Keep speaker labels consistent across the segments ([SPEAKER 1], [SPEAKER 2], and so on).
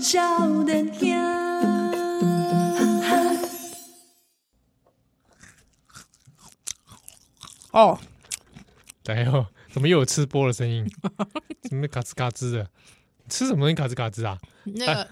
[SPEAKER 1] 少年兄。
[SPEAKER 2] 哦，
[SPEAKER 3] 哎呦，怎么又有吃播的声音？怎么嘎吱嘎吱的？你吃什么东西嘎吱嘎吱啊？
[SPEAKER 2] 那个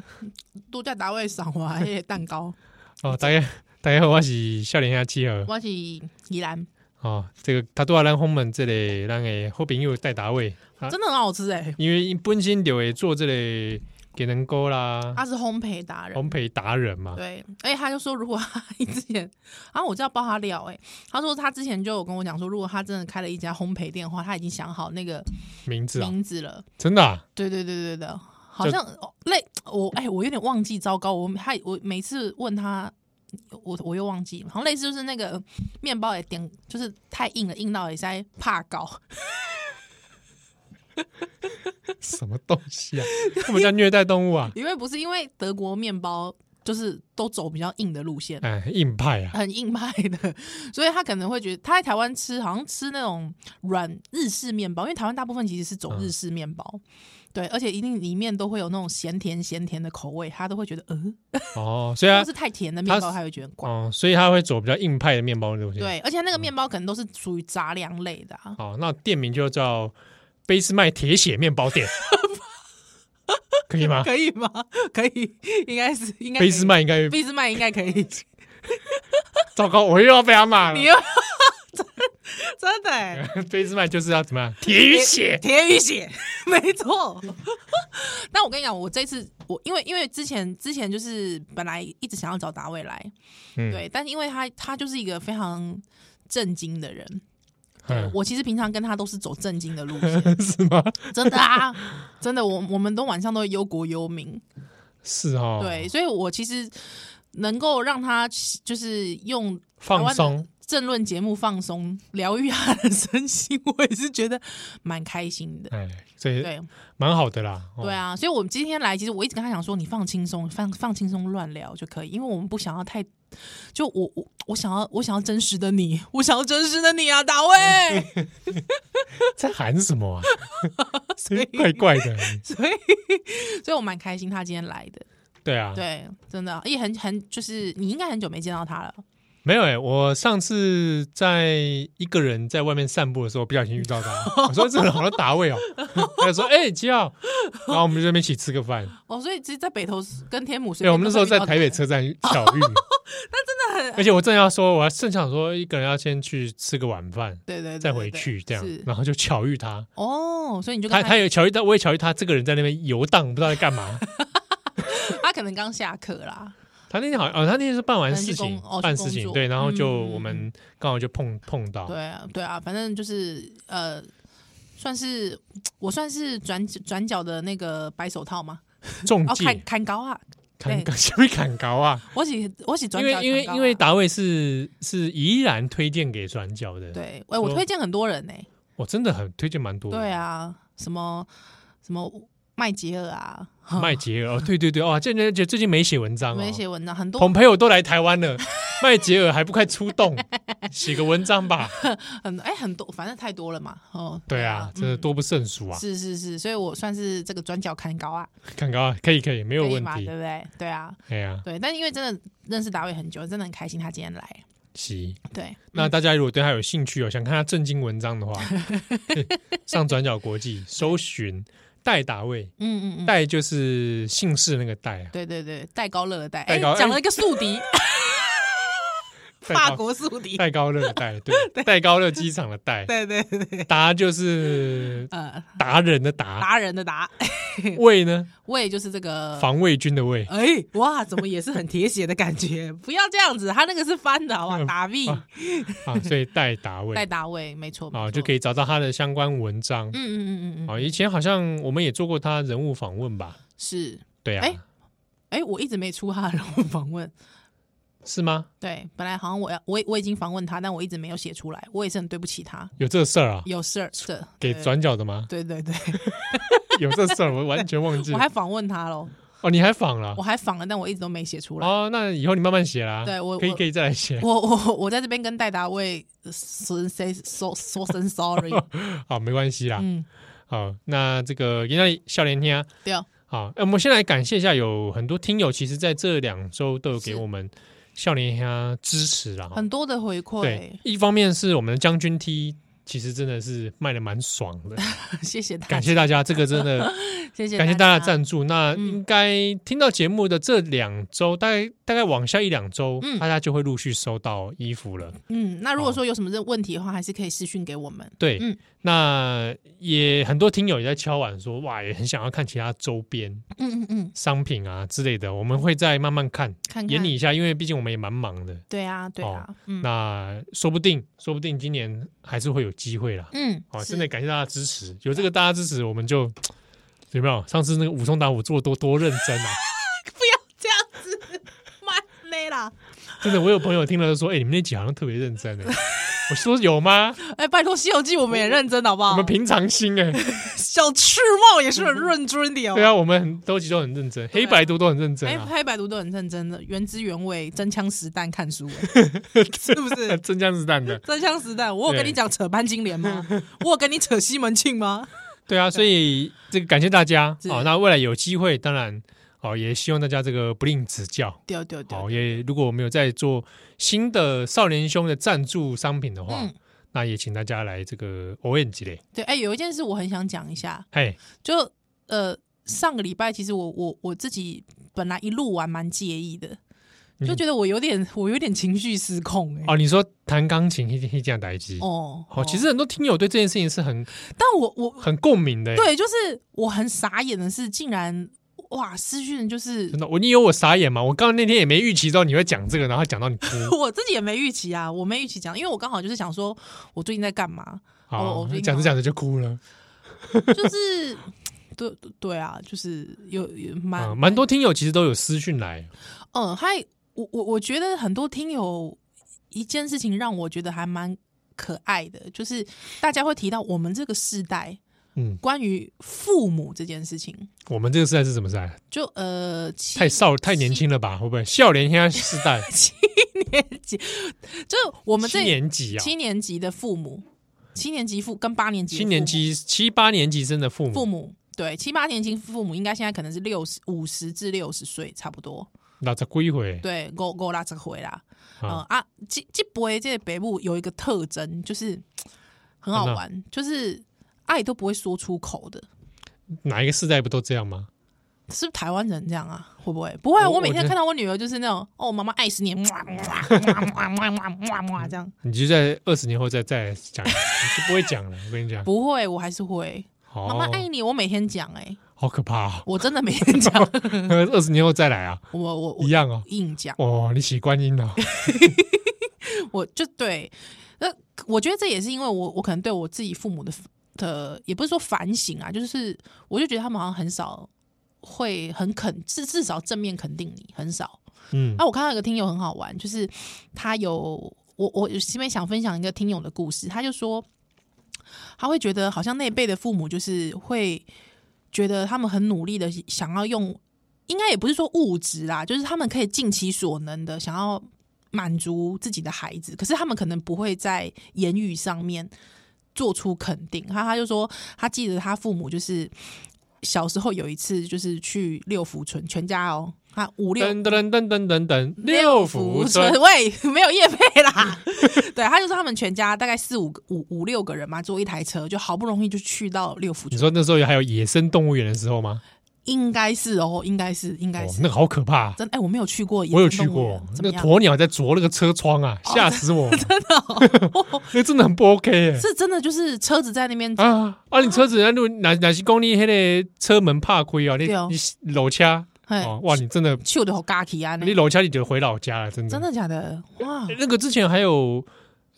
[SPEAKER 2] 度假达位赏我迄个 蛋糕，
[SPEAKER 3] 哦，大家大家好，我是少年下七号。
[SPEAKER 2] 我是宜兰，
[SPEAKER 3] 哦，这个他都要让红门这里让诶好朋友带达位啊，
[SPEAKER 2] 真的很好吃哎，
[SPEAKER 3] 因为本身就会做这类给人沟啦、
[SPEAKER 2] 他是烘焙达人。
[SPEAKER 3] 啊烘焙达人嘛。
[SPEAKER 2] 对，而且他就说，如果他之前， 啊，我就要爆他料哎、他说他之前就有跟我讲说，如果他真的开了一家烘焙店的话，他已经想好那个
[SPEAKER 3] 名字啊，
[SPEAKER 2] 名字了。
[SPEAKER 3] 真的啊，
[SPEAKER 2] 对对对对对，好像哦类我哎、我有点忘记，糟糕，我还我每次问他，我我又忘记了，好像类似就是那个呃面包也点，就是太硬了，硬到也在怕搞，
[SPEAKER 3] 什么东西 啊？他们叫虐待动物啊？
[SPEAKER 2] 因为不是因为德国面包就是都走比较硬的路线，
[SPEAKER 3] 哎，硬派啊，
[SPEAKER 2] 很硬派的，所以他可能会觉得他在台湾吃好像吃那种软日式面包，因为台湾大部分其实是走日式面包，对，而且一定里面都会有那种咸甜咸甜的口味，他都会觉得呃，
[SPEAKER 3] 哦，所以
[SPEAKER 2] 要
[SPEAKER 3] 他
[SPEAKER 2] 是太甜的面包
[SPEAKER 3] 它是
[SPEAKER 2] 他会觉得很怪。
[SPEAKER 3] 哦，所以他会走比较硬派的面包路线。，
[SPEAKER 2] 对，而且那个
[SPEAKER 3] 嗯
[SPEAKER 2] 面包可能都是属于杂粮类的、啊，
[SPEAKER 3] 好，哦那店名就叫卑斯麦铁血面包 店，可以吗？
[SPEAKER 2] 可以吗？可以，应该是应该可以
[SPEAKER 3] 卑啊斯，麦应该
[SPEAKER 2] 卑斯麦应该 可以。
[SPEAKER 3] 糟糕，我又要被他骂了
[SPEAKER 2] 你。又真真的欸
[SPEAKER 3] 卑斯麦就是要怎么样？铁与血，
[SPEAKER 2] 铁与血，没错。 但我跟你讲，我这次我因为因为之前之前就是本来一直想要找达卫来，
[SPEAKER 3] 嗯
[SPEAKER 2] 对，但是因为他他就是一个非常震惊的人，
[SPEAKER 3] 嗯，
[SPEAKER 2] 我其实平常跟他都是走震惊的路线，
[SPEAKER 3] 是吗？
[SPEAKER 2] 真 的啊，真的，我我们都晚上都会忧国忧民，
[SPEAKER 3] 是哦，，
[SPEAKER 2] 对，所以我其实能够让他就是用
[SPEAKER 3] 放松，
[SPEAKER 2] 政论节目放松、疗愈他的身心， 我也是觉得蛮开心的。
[SPEAKER 3] 哎，所以
[SPEAKER 2] 对
[SPEAKER 3] 蛮好的啦。哦
[SPEAKER 2] 对，啊，所以我们今天来，其实我一直跟他讲说，你放轻松，放放轻松乱聊就可以，因为我们不想要太，就我我我想要我想要真实的你，我想要真实的你啊， 大卫。
[SPEAKER 3] 在喊什么 啊？怪怪的。
[SPEAKER 2] 所以所以我蛮开心他今天来的，
[SPEAKER 3] 对啊，
[SPEAKER 2] 对，真的也很很就是你应该很久没见到他了，
[SPEAKER 3] 没有哎，我上次在一个人在外面散步的时候，不小心遇到 他，我说这人好像达味哦，他就说哎吉奥，然后我们就在那边一起吃个饭。
[SPEAKER 2] 哦，所以其实，在北投跟天母，
[SPEAKER 3] 对，我们那时候在台北车站巧 遇，那真的很。而且我正要说，我还正想说，一个人要先去吃个晚饭，
[SPEAKER 2] 对对对，
[SPEAKER 3] 再
[SPEAKER 2] 对
[SPEAKER 3] 回
[SPEAKER 2] 对
[SPEAKER 3] 去这样
[SPEAKER 2] 是，
[SPEAKER 3] 然后就巧遇他，
[SPEAKER 2] 哦，所以你就跟
[SPEAKER 3] 他
[SPEAKER 2] 他
[SPEAKER 3] 他也巧遇到，我也巧遇他这个人在那边游荡，不知道在干嘛。
[SPEAKER 2] 他可能刚下课啦，
[SPEAKER 3] 他那天好像哦，他那天是办完
[SPEAKER 2] 可能去
[SPEAKER 3] 事情
[SPEAKER 2] 工哦，去
[SPEAKER 3] 办
[SPEAKER 2] 工
[SPEAKER 3] 事情
[SPEAKER 2] 作
[SPEAKER 3] 对，然后就
[SPEAKER 2] 嗯嗯
[SPEAKER 3] 我们刚好就碰碰到，
[SPEAKER 2] 对啊，对啊，反正就是呃，算是我算是转转角的那个白手套嘛，
[SPEAKER 3] 中
[SPEAKER 2] 哦，砍
[SPEAKER 3] 介
[SPEAKER 2] 砍高啊，
[SPEAKER 3] 砍 高，下面砍高啊，
[SPEAKER 2] 我喜我喜转
[SPEAKER 3] 因
[SPEAKER 2] 角、啊
[SPEAKER 3] 为因为因为。达卫是是怡然推荐给转角的，
[SPEAKER 2] 对，哎、我
[SPEAKER 3] 说
[SPEAKER 2] 推荐很多人呢、
[SPEAKER 3] 我真的很推荐蛮多，
[SPEAKER 2] 对，啊， 什么什么麦吉尔啊，
[SPEAKER 3] 麦杰尔，哦，对对对，哦，这这这最近没写文章，哦。
[SPEAKER 2] 没写文啊章很多
[SPEAKER 3] 蓬佩奥都来台湾了， 麦杰尔还不快出动，写个文章吧？
[SPEAKER 2] 很哎、很多，反正太多了嘛。哦，
[SPEAKER 3] 对啊，真的多不胜数啊！
[SPEAKER 2] 是是是，所以我算是这个转角砍高啊，
[SPEAKER 3] 看看啊，可以可以，没有
[SPEAKER 2] 可以
[SPEAKER 3] 问
[SPEAKER 2] 嘛，对
[SPEAKER 3] 题。
[SPEAKER 2] 不对？对啊，
[SPEAKER 3] 哎呀，
[SPEAKER 2] 对，但因为真的认识达伟很久，真的很开心他今天来。
[SPEAKER 3] 行。
[SPEAKER 2] 对，
[SPEAKER 3] 那大家如果对他有兴趣哦，想看他正经文章的 话，可以上转角国际搜寻戴达卫，
[SPEAKER 2] 嗯嗯嗯，
[SPEAKER 3] 戴就是姓氏那个戴啊，
[SPEAKER 2] 对对对，戴高乐的戴，哎
[SPEAKER 3] 戴高，
[SPEAKER 2] 讲了一个宿敌，
[SPEAKER 3] 戴
[SPEAKER 2] 法
[SPEAKER 3] 高
[SPEAKER 2] 国 宿敌，
[SPEAKER 3] 戴高乐的戴， 对，戴高乐机场的戴，
[SPEAKER 2] 对对对对，
[SPEAKER 3] 达就是
[SPEAKER 2] 呃，
[SPEAKER 3] 达人的达，
[SPEAKER 2] 达嗯人的达，
[SPEAKER 3] 卫呢
[SPEAKER 2] 魏就是这个。
[SPEAKER 3] 防卫军的 卫，
[SPEAKER 2] 哎、哇，怎么也是很铁血的感觉？不要这样子，他那个是翻的好吧？打 V
[SPEAKER 3] 啊啊，所以戴达卫
[SPEAKER 2] 戴达卫，没错，
[SPEAKER 3] 啊，就可
[SPEAKER 2] 以。
[SPEAKER 3] 以找到他的相关文章。
[SPEAKER 2] 嗯嗯嗯嗯嗯，
[SPEAKER 3] 啊，以前好像我们也做过他人物访问吧？
[SPEAKER 2] 是。
[SPEAKER 3] 对啊，
[SPEAKER 2] 哎哎、我一直没出他的人物访问。
[SPEAKER 3] 是吗？
[SPEAKER 2] 对，本来好像我要我我已经访问他，但我一直没有写出来，我也是很对不起他。
[SPEAKER 3] 有这事儿啊？
[SPEAKER 2] 有事儿，这
[SPEAKER 3] 给
[SPEAKER 2] 对
[SPEAKER 3] 转角的 吗？
[SPEAKER 2] 对对对，
[SPEAKER 3] 有这事儿，我完全忘记
[SPEAKER 2] 我
[SPEAKER 3] 了。
[SPEAKER 2] 还访问他喽，
[SPEAKER 3] 哦，你还访了
[SPEAKER 2] 我？还访了，但我一直都没写出来。
[SPEAKER 3] 哦，那以后你慢慢写啦。
[SPEAKER 2] 对我
[SPEAKER 3] 可以
[SPEAKER 2] 我
[SPEAKER 3] 可以再来写。
[SPEAKER 2] 我我我在这边跟戴达卫说声说说声 sorry，
[SPEAKER 3] 好，没关系啦。
[SPEAKER 2] 嗯，
[SPEAKER 3] 好，那这个因为笑脸听啊，
[SPEAKER 2] 对哦，
[SPEAKER 3] 好，呃我们先来感谢一下，有很多听友其实在这两周都有给
[SPEAKER 2] 是
[SPEAKER 3] 我们笑脸虾啊支持啦。
[SPEAKER 2] 很多的回
[SPEAKER 3] 对
[SPEAKER 2] 馈，，
[SPEAKER 3] 一方面是我们的将军 T，其实真的是卖的蛮爽 的，
[SPEAKER 2] 谢谢大家，
[SPEAKER 3] 感谢大家，这个真的
[SPEAKER 2] 谢嗯谢
[SPEAKER 3] 感谢大家
[SPEAKER 2] 家
[SPEAKER 3] 的赞助。那应该听到节目的这两周，大概大概往下一两周，
[SPEAKER 2] 嗯
[SPEAKER 3] 大家就会陆续收到衣服了。
[SPEAKER 2] 嗯，那
[SPEAKER 3] 哦
[SPEAKER 2] 如果说有什么问题的话，还是可以私讯给我们。
[SPEAKER 3] 对，
[SPEAKER 2] 嗯
[SPEAKER 3] 那也很多听友也在敲碗说，哇，也很想要看其他周边
[SPEAKER 2] 嗯嗯嗯，
[SPEAKER 3] 商品啊之类的，我们会再慢慢看，
[SPEAKER 2] 看看
[SPEAKER 3] 演你一下，因为毕竟我们也蛮忙的。
[SPEAKER 2] 对啊对啊，嗯
[SPEAKER 3] 那说不定，说不定今年还是会有机会啦。
[SPEAKER 2] 嗯，
[SPEAKER 3] 好、
[SPEAKER 2] 是
[SPEAKER 3] 真的感谢大家支持，有这个大家支持，我们就有没有？上次那个武松打我做得多多认真 啊！
[SPEAKER 2] 不要这样子，妈累啦！
[SPEAKER 3] 真的，我有朋友听了就说：“哎、你们那集好像特别认真 哎。”我说：“有吗？
[SPEAKER 2] 哎，拜托《西游记》我们也认真好不
[SPEAKER 3] 我
[SPEAKER 2] 好
[SPEAKER 3] 们？平常心哎、
[SPEAKER 2] 小赤帽也是很认真的哦。
[SPEAKER 3] 对啊，我们很多集都很认真，黑白读都很认真
[SPEAKER 2] 黑
[SPEAKER 3] 啊，
[SPEAKER 2] 哎黑白读都很认真的，原汁原味，真枪实弹看书，哎 是不是？
[SPEAKER 3] 真枪实弹的。
[SPEAKER 2] 真枪实弹，我有跟
[SPEAKER 3] 对
[SPEAKER 2] 你讲扯潘金莲吗？我有跟你扯西门庆吗？”
[SPEAKER 3] 对啊，所以这个感谢大家
[SPEAKER 2] 是
[SPEAKER 3] 哦。那未来有机会，当然哦，也希望大家这个不吝指教。
[SPEAKER 2] 对对对，
[SPEAKER 3] 好、也如果我们有在做新的少年兄的赞助商品的话，
[SPEAKER 2] 嗯
[SPEAKER 3] 那也请大家来这个 orange 嘞。
[SPEAKER 2] 对，哎，有一件事我很想讲一下，
[SPEAKER 3] 嘿，
[SPEAKER 2] 就呃上个礼拜，其实我我我自己本来一路玩蛮介意的，就
[SPEAKER 3] 嗯
[SPEAKER 2] 觉得我有点我有点情绪失控哎、
[SPEAKER 3] 哦，你说弹钢琴一一这样打一击，
[SPEAKER 2] 哦
[SPEAKER 3] 哦，其，实很多听友对这件事情是很
[SPEAKER 2] 但我我
[SPEAKER 3] 很共鸣的。
[SPEAKER 2] 对，就是我很傻眼的是，竟然哇，思讯就是
[SPEAKER 3] 真的，我你有我傻眼吗？我刚刚那天也没预期到你会讲这个，然后讲到你哭。
[SPEAKER 2] 我自己也没预期啊，我没预期讲，因为我刚好就是想说，我最近在干嘛，
[SPEAKER 3] 好
[SPEAKER 2] 哦我我，
[SPEAKER 3] 哦讲着讲着就哭了。
[SPEAKER 2] 就是对对对啊，就是有有蛮、
[SPEAKER 3] 啊，蛮多听友其实都有私讯来，
[SPEAKER 2] 嗯，还我我我觉得很多听友一件事情让我觉得还蛮可爱的，就是大家会提到我们这个世代
[SPEAKER 3] 嗯，
[SPEAKER 2] 关于父母这件事情，
[SPEAKER 3] 我们这个时代是什么时代？
[SPEAKER 2] 就呃七
[SPEAKER 3] 太少太年轻了吧？会不会笑脸现在时代？
[SPEAKER 2] 年级，就我
[SPEAKER 3] 我
[SPEAKER 2] 们
[SPEAKER 3] 七
[SPEAKER 2] 这
[SPEAKER 3] 年级啊，
[SPEAKER 2] 七年级的父母，七年级父跟八年级的
[SPEAKER 3] 七年级七八年级生的父
[SPEAKER 2] 父母父
[SPEAKER 3] 母，
[SPEAKER 2] 母。对，七八年级父母应该现在可能是六十五十至六十岁差不多，
[SPEAKER 3] 那才归回
[SPEAKER 2] 对，够够啦，这回啦，嗯
[SPEAKER 3] 啊，
[SPEAKER 2] 啊，这这辈这北部有一个特征，就是很好
[SPEAKER 3] 真的
[SPEAKER 2] 玩，就是爱都不会说出口的，
[SPEAKER 3] 哪一个世代不都这样吗？
[SPEAKER 2] 是不是台湾人这样啊？会不会？不会啊！
[SPEAKER 3] 我
[SPEAKER 2] 我每
[SPEAKER 3] 我觉
[SPEAKER 2] 天
[SPEAKER 3] 得
[SPEAKER 2] 看到我女儿就是那种哦，妈妈爱死你，哇哇哇哇哇哇哇这样。
[SPEAKER 3] 你就在二十年后再 再来讲，你就不会讲了。我跟你讲，
[SPEAKER 2] 不会，我还是会，妈妈
[SPEAKER 3] 好
[SPEAKER 2] 爱你，我每天讲，哎，
[SPEAKER 3] 好可怕哦！
[SPEAKER 2] 我真的每 天讲，
[SPEAKER 3] 二十年后再来啊，
[SPEAKER 2] 我我我
[SPEAKER 3] 一样哦。
[SPEAKER 2] 硬讲。
[SPEAKER 3] 哦，你喜观音 了，
[SPEAKER 2] 我就对，那我觉得这也是因为我我可能对我自己父母的的也不是说反省啊，就是我就觉得他们好像很少会很肯至至少正面肯定你很少。
[SPEAKER 3] 嗯
[SPEAKER 2] 啊，我看到有个听友很好玩，就是他有我我这边想分享一个听友的故事，他就说他会觉得好像那一辈的父母就是会觉得他们很努力的想要用，应该也不是说物质啦，就是他们可以尽其所能的想要满足自己的孩子，可是他们可能不会在言语上面做出肯定。他他就说他记得他父母就是。小时候有一次，就是去六福村，全家哦，他五六
[SPEAKER 3] 噔噔噔噔噔噔，六福村，
[SPEAKER 2] 喂， 没有叶配啦。 对，他就是他们全家大概四五个五五六个人嘛，坐一台车，就好不容易就去到六福
[SPEAKER 3] 你
[SPEAKER 2] 村，
[SPEAKER 3] 说那时候还有野生动物园的时候吗？
[SPEAKER 2] 应该是哦，应该是，应该
[SPEAKER 3] 哦，
[SPEAKER 2] 是。
[SPEAKER 3] 那个好可怕、
[SPEAKER 2] 真哎、我没有去过野
[SPEAKER 3] 我有
[SPEAKER 2] 生
[SPEAKER 3] 去
[SPEAKER 2] 动物
[SPEAKER 3] 过
[SPEAKER 2] 园，怎么
[SPEAKER 3] 那
[SPEAKER 2] 样？哦
[SPEAKER 3] 鸵鸟在啄那个车窗啊，吓死 我！真的， 那真的很不 OK 耶
[SPEAKER 2] 是真的，就是车子在那边，
[SPEAKER 3] 啊啊！你车子在路哪哪些公里，那个车门怕亏啊，你
[SPEAKER 2] 对哦
[SPEAKER 3] 你搂掐
[SPEAKER 2] 哎、
[SPEAKER 3] 哦，哇！你真的
[SPEAKER 2] 去的好嘎奇啊，那
[SPEAKER 3] 你搂掐，你就回老家了，真的。
[SPEAKER 2] 真的假的？哇，
[SPEAKER 3] 那个之前还有。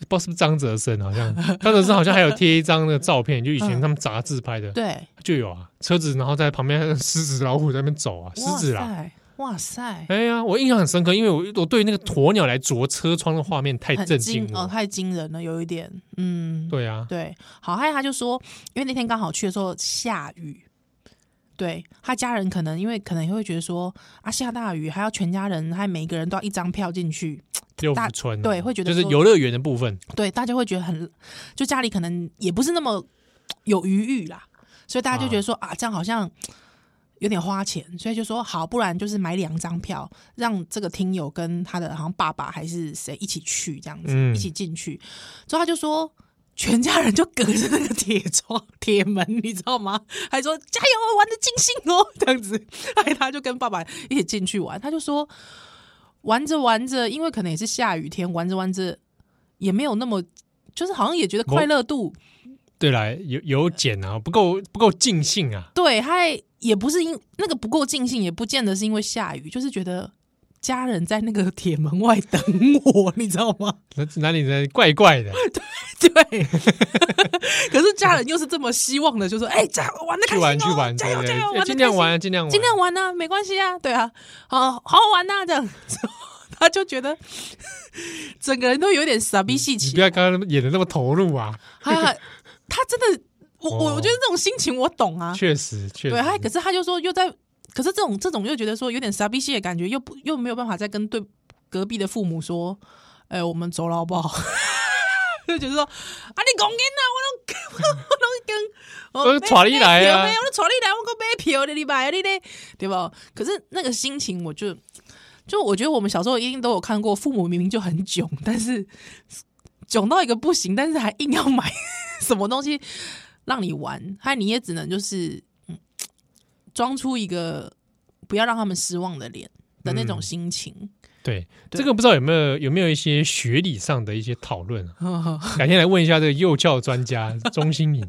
[SPEAKER 3] 不知道是不是张哲生，好 像张哲生好像还有贴一张那个照片，就以前他们杂志拍的，
[SPEAKER 2] 嗯对，
[SPEAKER 3] 就有啊，车子然后在旁边狮子、老虎在那边走啊，狮
[SPEAKER 2] 哇
[SPEAKER 3] 子啦，
[SPEAKER 2] 塞，哇塞，
[SPEAKER 3] 哎呀，我印象很深刻，因为我我对那个鸵鸟来啄车窗的画面太
[SPEAKER 2] 很
[SPEAKER 3] 震惊
[SPEAKER 2] 哦，
[SPEAKER 3] 了。
[SPEAKER 2] 太惊人了，有一点，嗯，
[SPEAKER 3] 对啊，
[SPEAKER 2] 对，好害他就说，因为那天刚好去的时候下雨，对他家人可能因为可能会觉得说啊下大雨还要全家人还每个人都要一张票进去，
[SPEAKER 3] 六
[SPEAKER 2] 大
[SPEAKER 3] 福村啊
[SPEAKER 2] 对会觉得
[SPEAKER 3] 就是
[SPEAKER 2] 说
[SPEAKER 3] 游乐园的部分，
[SPEAKER 2] 对大家会觉得很就家里可能也不是那么有余裕啦，所以大家就觉得说啊这样好像有点花钱，所以就说好，不然就是买两张票，让这个听友跟他的好像爸爸还是谁一起去这样子，
[SPEAKER 3] 嗯
[SPEAKER 2] 一起进去。之后他就说，全家人就隔着那个铁窗、 铁门，你知道吗？还说加油，玩的尽兴哦，这样子。哎，他就跟爸爸一起进去玩，他就说玩着玩着，因为可能也是下雨天，玩着玩着也没有那么，就是好像也觉得快乐度。
[SPEAKER 3] 对啦，有有减啊，不够不够尽兴啊，
[SPEAKER 2] 对，他也不是因那个不够尽兴，也不见得是因为下雨，就是觉得家人在那个铁门外等我， 你知道吗？
[SPEAKER 3] 那哪里呢？怪怪 的，
[SPEAKER 2] 对，可是家人又是这么希望的，就说：“哎、这样玩的开
[SPEAKER 3] 去
[SPEAKER 2] 心、哦，
[SPEAKER 3] 玩去玩，
[SPEAKER 2] 加
[SPEAKER 3] 对
[SPEAKER 2] 油
[SPEAKER 3] 对
[SPEAKER 2] 加
[SPEAKER 3] 对，
[SPEAKER 2] 油，玩
[SPEAKER 3] 哎
[SPEAKER 2] 得
[SPEAKER 3] 尽量
[SPEAKER 2] 开心
[SPEAKER 3] 玩啊，尽量玩，
[SPEAKER 2] 尽量玩呐、没关系啊，对啊，好好好玩啊呐、这样。 他就觉得整个人都有点傻逼戏
[SPEAKER 3] 你
[SPEAKER 2] 气
[SPEAKER 3] 不，要刚刚演的那么投入啊，
[SPEAKER 2] 他他真的，我我、
[SPEAKER 3] 哦
[SPEAKER 2] 我觉得这种心情我懂啊，
[SPEAKER 3] 确实确实，
[SPEAKER 2] 对，他可是他就说又在，可是这种这种又觉得说有点傻逼戏的感觉，又不又没有办法再跟对隔壁的父母说，哎、我们走了好不 好？就觉得说啊，你讲 囡仔，我拢我拢跟
[SPEAKER 3] 我带你来啊
[SPEAKER 2] 买买票我都带你来，我讲买票哦的，你买你嘞，对吧？可是那个心情，我就就我觉得我们小时候一定都有看过，父母明明就很囧，但是囧到一个不行，但是还硬要买什么东西让你玩，害你也只能就是嗯装出一个不要让他们失望的脸的那种
[SPEAKER 3] 嗯
[SPEAKER 2] 心情。
[SPEAKER 3] 对
[SPEAKER 2] 对
[SPEAKER 3] 这个不知道有没有有没有一些学理上的一些讨论啊？
[SPEAKER 2] 呵呵
[SPEAKER 3] 改天来问一下这个幼教专 家钟欣颖。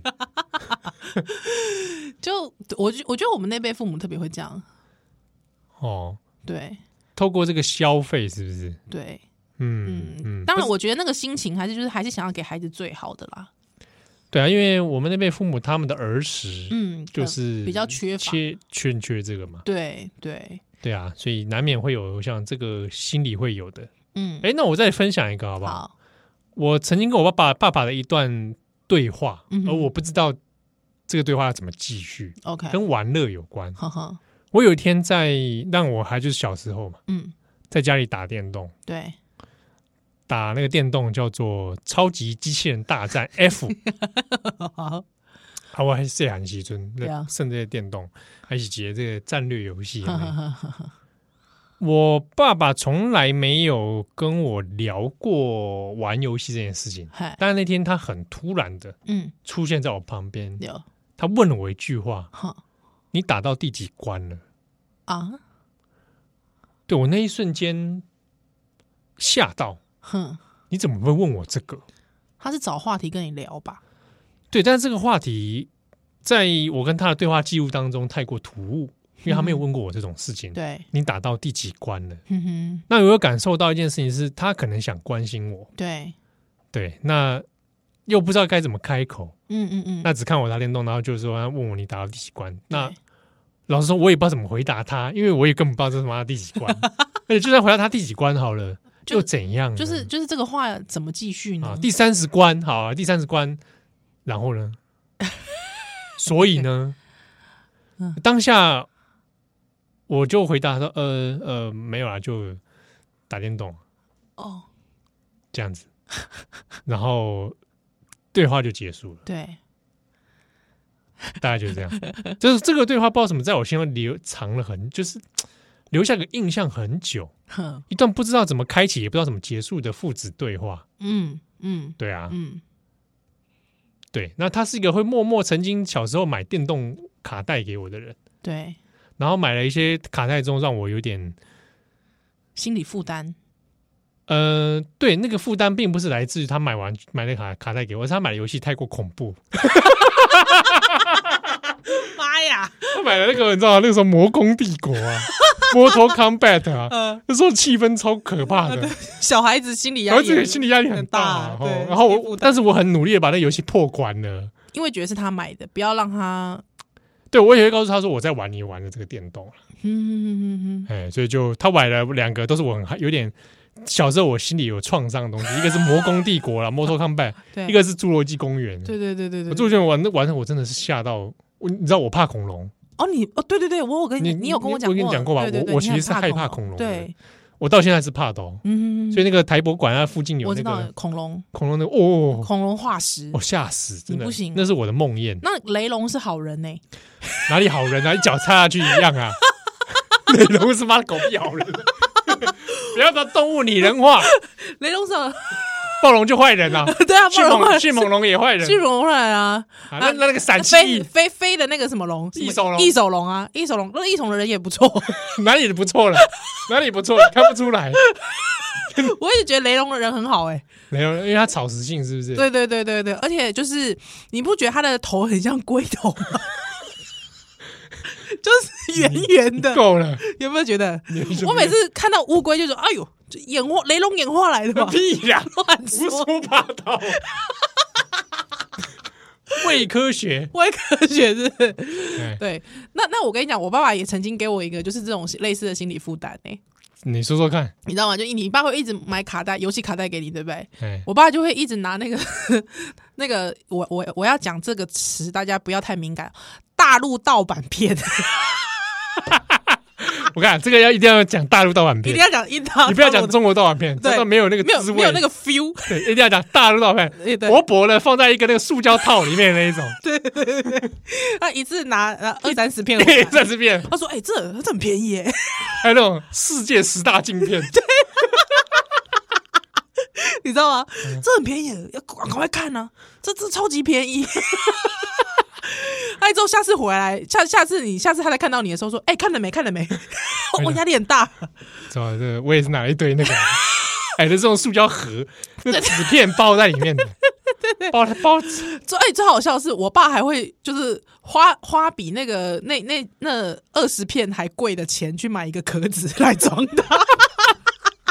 [SPEAKER 2] 就我觉我觉得我们那辈父母特别会这样，
[SPEAKER 3] 哦，
[SPEAKER 2] 对
[SPEAKER 3] 透过这个消费是不是？
[SPEAKER 2] 对，
[SPEAKER 3] 嗯
[SPEAKER 2] 嗯，
[SPEAKER 3] 嗯，
[SPEAKER 2] 当然我觉得那个心情还是就是还是想要给孩子最好的啦，
[SPEAKER 3] 对啊，因为我们那辈父母他们的儿时
[SPEAKER 2] 嗯，
[SPEAKER 3] 就
[SPEAKER 2] 可
[SPEAKER 3] 是
[SPEAKER 2] 比较缺乏
[SPEAKER 3] 缺缺缺这个嘛，
[SPEAKER 2] 对对，
[SPEAKER 3] 对啊，所以难免会有像这个心理会有的。
[SPEAKER 2] 嗯，
[SPEAKER 3] 哎，那我再分享一个好不好？
[SPEAKER 2] 好，
[SPEAKER 3] 我曾经跟我爸爸爸爸的一段对话，
[SPEAKER 2] 嗯哼
[SPEAKER 3] 而我不知道这个对话要怎么继续，
[SPEAKER 2] OK，
[SPEAKER 3] 跟玩乐有关。
[SPEAKER 2] 呵呵，
[SPEAKER 3] 我有一天在让我还就是小时候嘛，
[SPEAKER 2] 嗯，
[SPEAKER 3] 在家里打电动，
[SPEAKER 2] 对，
[SPEAKER 3] 打那个电动叫做《超级机器人大战 F》
[SPEAKER 2] 好，
[SPEAKER 3] 啊，我还是这韩西尊，
[SPEAKER 2] 对啊
[SPEAKER 3] 甚至电动，还是接这个战略游 戏。
[SPEAKER 2] 呵呵呵呵
[SPEAKER 3] 我爸爸从来没有跟我聊过玩游戏这件事情，
[SPEAKER 2] 嗨，
[SPEAKER 3] 但是那天他很突然的
[SPEAKER 2] 嗯，
[SPEAKER 3] 出现在我旁边，
[SPEAKER 2] 有，
[SPEAKER 3] 他问了我一句话
[SPEAKER 2] 哈：“
[SPEAKER 3] 你打到第几关了
[SPEAKER 2] 啊，？”
[SPEAKER 3] 对我那一瞬间吓到，
[SPEAKER 2] 哼，
[SPEAKER 3] 你怎么会问我这个？
[SPEAKER 2] 他是找话题跟你聊吧？
[SPEAKER 3] 对，但是这个话题在我跟他的对话记录当中太过突兀，因为他没有问过我这种事情。
[SPEAKER 2] 对，
[SPEAKER 3] 你打到第几关了？
[SPEAKER 2] 哼哼，
[SPEAKER 3] 那我有感受到一件事情是，他可能想关心我，
[SPEAKER 2] 对，
[SPEAKER 3] 对，那又不知道该怎么开口，
[SPEAKER 2] 嗯嗯嗯，
[SPEAKER 3] 那只看我打电动，然后就说他问我你打到第几关？那
[SPEAKER 2] 对
[SPEAKER 3] 老实说，我也不知道怎么回答他，因为我也根本不知道这是他妈第几关， 而且就算回答他第几关好了，
[SPEAKER 2] 就
[SPEAKER 3] 又怎样呢？
[SPEAKER 2] 就是嗯就是这个话怎么继续
[SPEAKER 3] 嗯
[SPEAKER 2] 呢
[SPEAKER 3] 啊，？第三十关，好、啊，第三十关，然后 呢？所以呢
[SPEAKER 2] 嗯，
[SPEAKER 3] 当下我就回答说：“呃呃，没有啦，就打电动
[SPEAKER 2] 哦，
[SPEAKER 3] 这样 子。”然后对话就结束了，
[SPEAKER 2] 对，
[SPEAKER 3] 大概就是这样。就是这个对话，不知道怎么在我心中留藏了很，就是留下个印象很久，
[SPEAKER 2] 哼，
[SPEAKER 3] 一段不知道怎么开启，也不知道怎么结束的父子对话。
[SPEAKER 2] 嗯嗯
[SPEAKER 3] 对啊，
[SPEAKER 2] 嗯，
[SPEAKER 3] 对，那他是一个会默默曾经小时候买电动卡带给我的人，
[SPEAKER 2] 对，
[SPEAKER 3] 然后买了一些卡带中让我有点，
[SPEAKER 2] 心理负担，
[SPEAKER 3] 呃，对，那个负担并不是来自于他买完买的卡卡带给我，而是他买的游戏太过恐怖，
[SPEAKER 2] 妈呀，
[SPEAKER 3] 他买了那个你知道那个时候魔宫帝国啊 ，Mortal Kombat 啊，
[SPEAKER 2] 呃，
[SPEAKER 3] 那时候气氛超可怕的，
[SPEAKER 2] 小孩子心理
[SPEAKER 3] 然后
[SPEAKER 2] 压力
[SPEAKER 3] 自
[SPEAKER 2] 也，
[SPEAKER 3] 己心理压力很大啊，
[SPEAKER 2] 很大
[SPEAKER 3] 哦
[SPEAKER 2] 对
[SPEAKER 3] 然后
[SPEAKER 2] 心理负
[SPEAKER 3] 我
[SPEAKER 2] 担
[SPEAKER 3] 但是我很努力的把那游戏破关了，
[SPEAKER 2] 因为觉得是他买的，不要让他，
[SPEAKER 3] 对我也会告诉他说我在玩你玩的这个电 动。啊
[SPEAKER 2] 嗯嗯嗯嗯
[SPEAKER 3] 哎，所以就他买了两个，都是我很害有点小时候我心里有创伤的东西，一个是《魔宫帝 国》啦，《Mortal Kombat》，
[SPEAKER 2] 嗯，对，
[SPEAKER 3] 一个是《侏罗纪公园》。
[SPEAKER 2] 对，对对对对
[SPEAKER 3] 我
[SPEAKER 2] 对，
[SPEAKER 3] 侏罗纪玩玩的我真的是吓到我，你知道我怕恐龙，
[SPEAKER 2] 哦你哦对对对，我有跟
[SPEAKER 3] 你
[SPEAKER 2] 你有跟
[SPEAKER 3] 我
[SPEAKER 2] 讲
[SPEAKER 3] 跟你
[SPEAKER 2] 过，
[SPEAKER 3] 讲过吧
[SPEAKER 2] 对对对
[SPEAKER 3] 我我
[SPEAKER 2] 你
[SPEAKER 3] 其
[SPEAKER 2] 很
[SPEAKER 3] 实是害怕恐龙的
[SPEAKER 2] 对，
[SPEAKER 3] 我到现在还是怕的哦。
[SPEAKER 2] 嗯，
[SPEAKER 3] 所以那个台博馆啊，附近有
[SPEAKER 2] 我
[SPEAKER 3] 那
[SPEAKER 2] 知道
[SPEAKER 3] 个
[SPEAKER 2] 恐龙，
[SPEAKER 3] 恐龙那个，哦，
[SPEAKER 2] 恐龙化石
[SPEAKER 3] 我。吓死，真的
[SPEAKER 2] 你不行啊
[SPEAKER 3] 那是我的梦魇。
[SPEAKER 2] 那雷龙是好人呢、
[SPEAKER 3] 哪里好人啊？一脚踏下去一样啊！ 雷龙是妈的狗屁好人， 不要把动物拟人化，
[SPEAKER 2] 雷龙是好
[SPEAKER 3] 暴龙就坏人啊，
[SPEAKER 2] 对啊，不
[SPEAKER 3] 迅
[SPEAKER 2] 然
[SPEAKER 3] 猛
[SPEAKER 2] 会
[SPEAKER 3] 迅猛龙也坏人
[SPEAKER 2] 迅，猛过来啊，
[SPEAKER 3] 啊那那那个闪
[SPEAKER 2] 飞
[SPEAKER 3] 气
[SPEAKER 2] 飞飞的那个什么龙，什么
[SPEAKER 3] 翼手龙
[SPEAKER 2] 翼手龙啊，翼手龙，那翼手龙的人也不错。
[SPEAKER 3] 哪里不错了，哪里不错，看不出来。
[SPEAKER 2] 我也觉得雷龙的人很好哎、
[SPEAKER 3] 雷龙，因为它草食性是不是？
[SPEAKER 2] 对对对对对，而且就是你不觉得他的头很像龟 头吗？就是圆圆的，
[SPEAKER 3] 够了，
[SPEAKER 2] 有没有觉得？
[SPEAKER 3] 你
[SPEAKER 2] 我每次看到乌龟就说：“哎呦，这演化雷龙演化来 的吧
[SPEAKER 3] 屁 呀，？”
[SPEAKER 2] 乱
[SPEAKER 3] 胡
[SPEAKER 2] 说，
[SPEAKER 3] 说八道， 伪科学。
[SPEAKER 2] 歪科学是不是。
[SPEAKER 3] 哎，
[SPEAKER 2] 对，那那我跟你讲，我爸爸也曾经给我一个就是这种类似的心理负担哎，
[SPEAKER 3] 你说说看，
[SPEAKER 2] 你知道吗？就你爸会一直买卡带，游戏卡带给你，对不对？
[SPEAKER 3] 哎，
[SPEAKER 2] 我爸就会一直拿那个那个，我我我要讲这个词，大家不要太敏感。大陆盗版片，
[SPEAKER 3] 我看这个要一定要讲大陆盗版
[SPEAKER 2] 一
[SPEAKER 3] 片
[SPEAKER 2] 定，要讲一套，
[SPEAKER 3] 你不要讲中国盗版片，
[SPEAKER 2] 对
[SPEAKER 3] 真的没有那个
[SPEAKER 2] 没有
[SPEAKER 3] 滋味，
[SPEAKER 2] 没有那个 feel，
[SPEAKER 3] 对，一定要讲大陆盗版
[SPEAKER 2] 哎对
[SPEAKER 3] 薄薄的放在一个那个塑胶套里面的那一 种，
[SPEAKER 2] 他一次拿呃二三十片回
[SPEAKER 3] 对，
[SPEAKER 2] 来，
[SPEAKER 3] 在这边
[SPEAKER 2] 他说：“哎、这这很便宜耶，
[SPEAKER 3] 还有那种世界十大镜 片，
[SPEAKER 2] 你知道吗？
[SPEAKER 3] 嗯
[SPEAKER 2] 这很便宜，要赶快看呢、这这超级便宜。” 哎，之后下次回来，下下次你下次他再看到你的时候说：“哎、看了没？看了没？” 我压力很大。
[SPEAKER 3] 知道这我也是拿了一堆那 个矮的这种塑胶盒，那纸片包在里面的，包包
[SPEAKER 2] 最哎、最好笑的是，我爸还会就是花花比那个那那那二十片还贵的钱去买一个壳子来装它，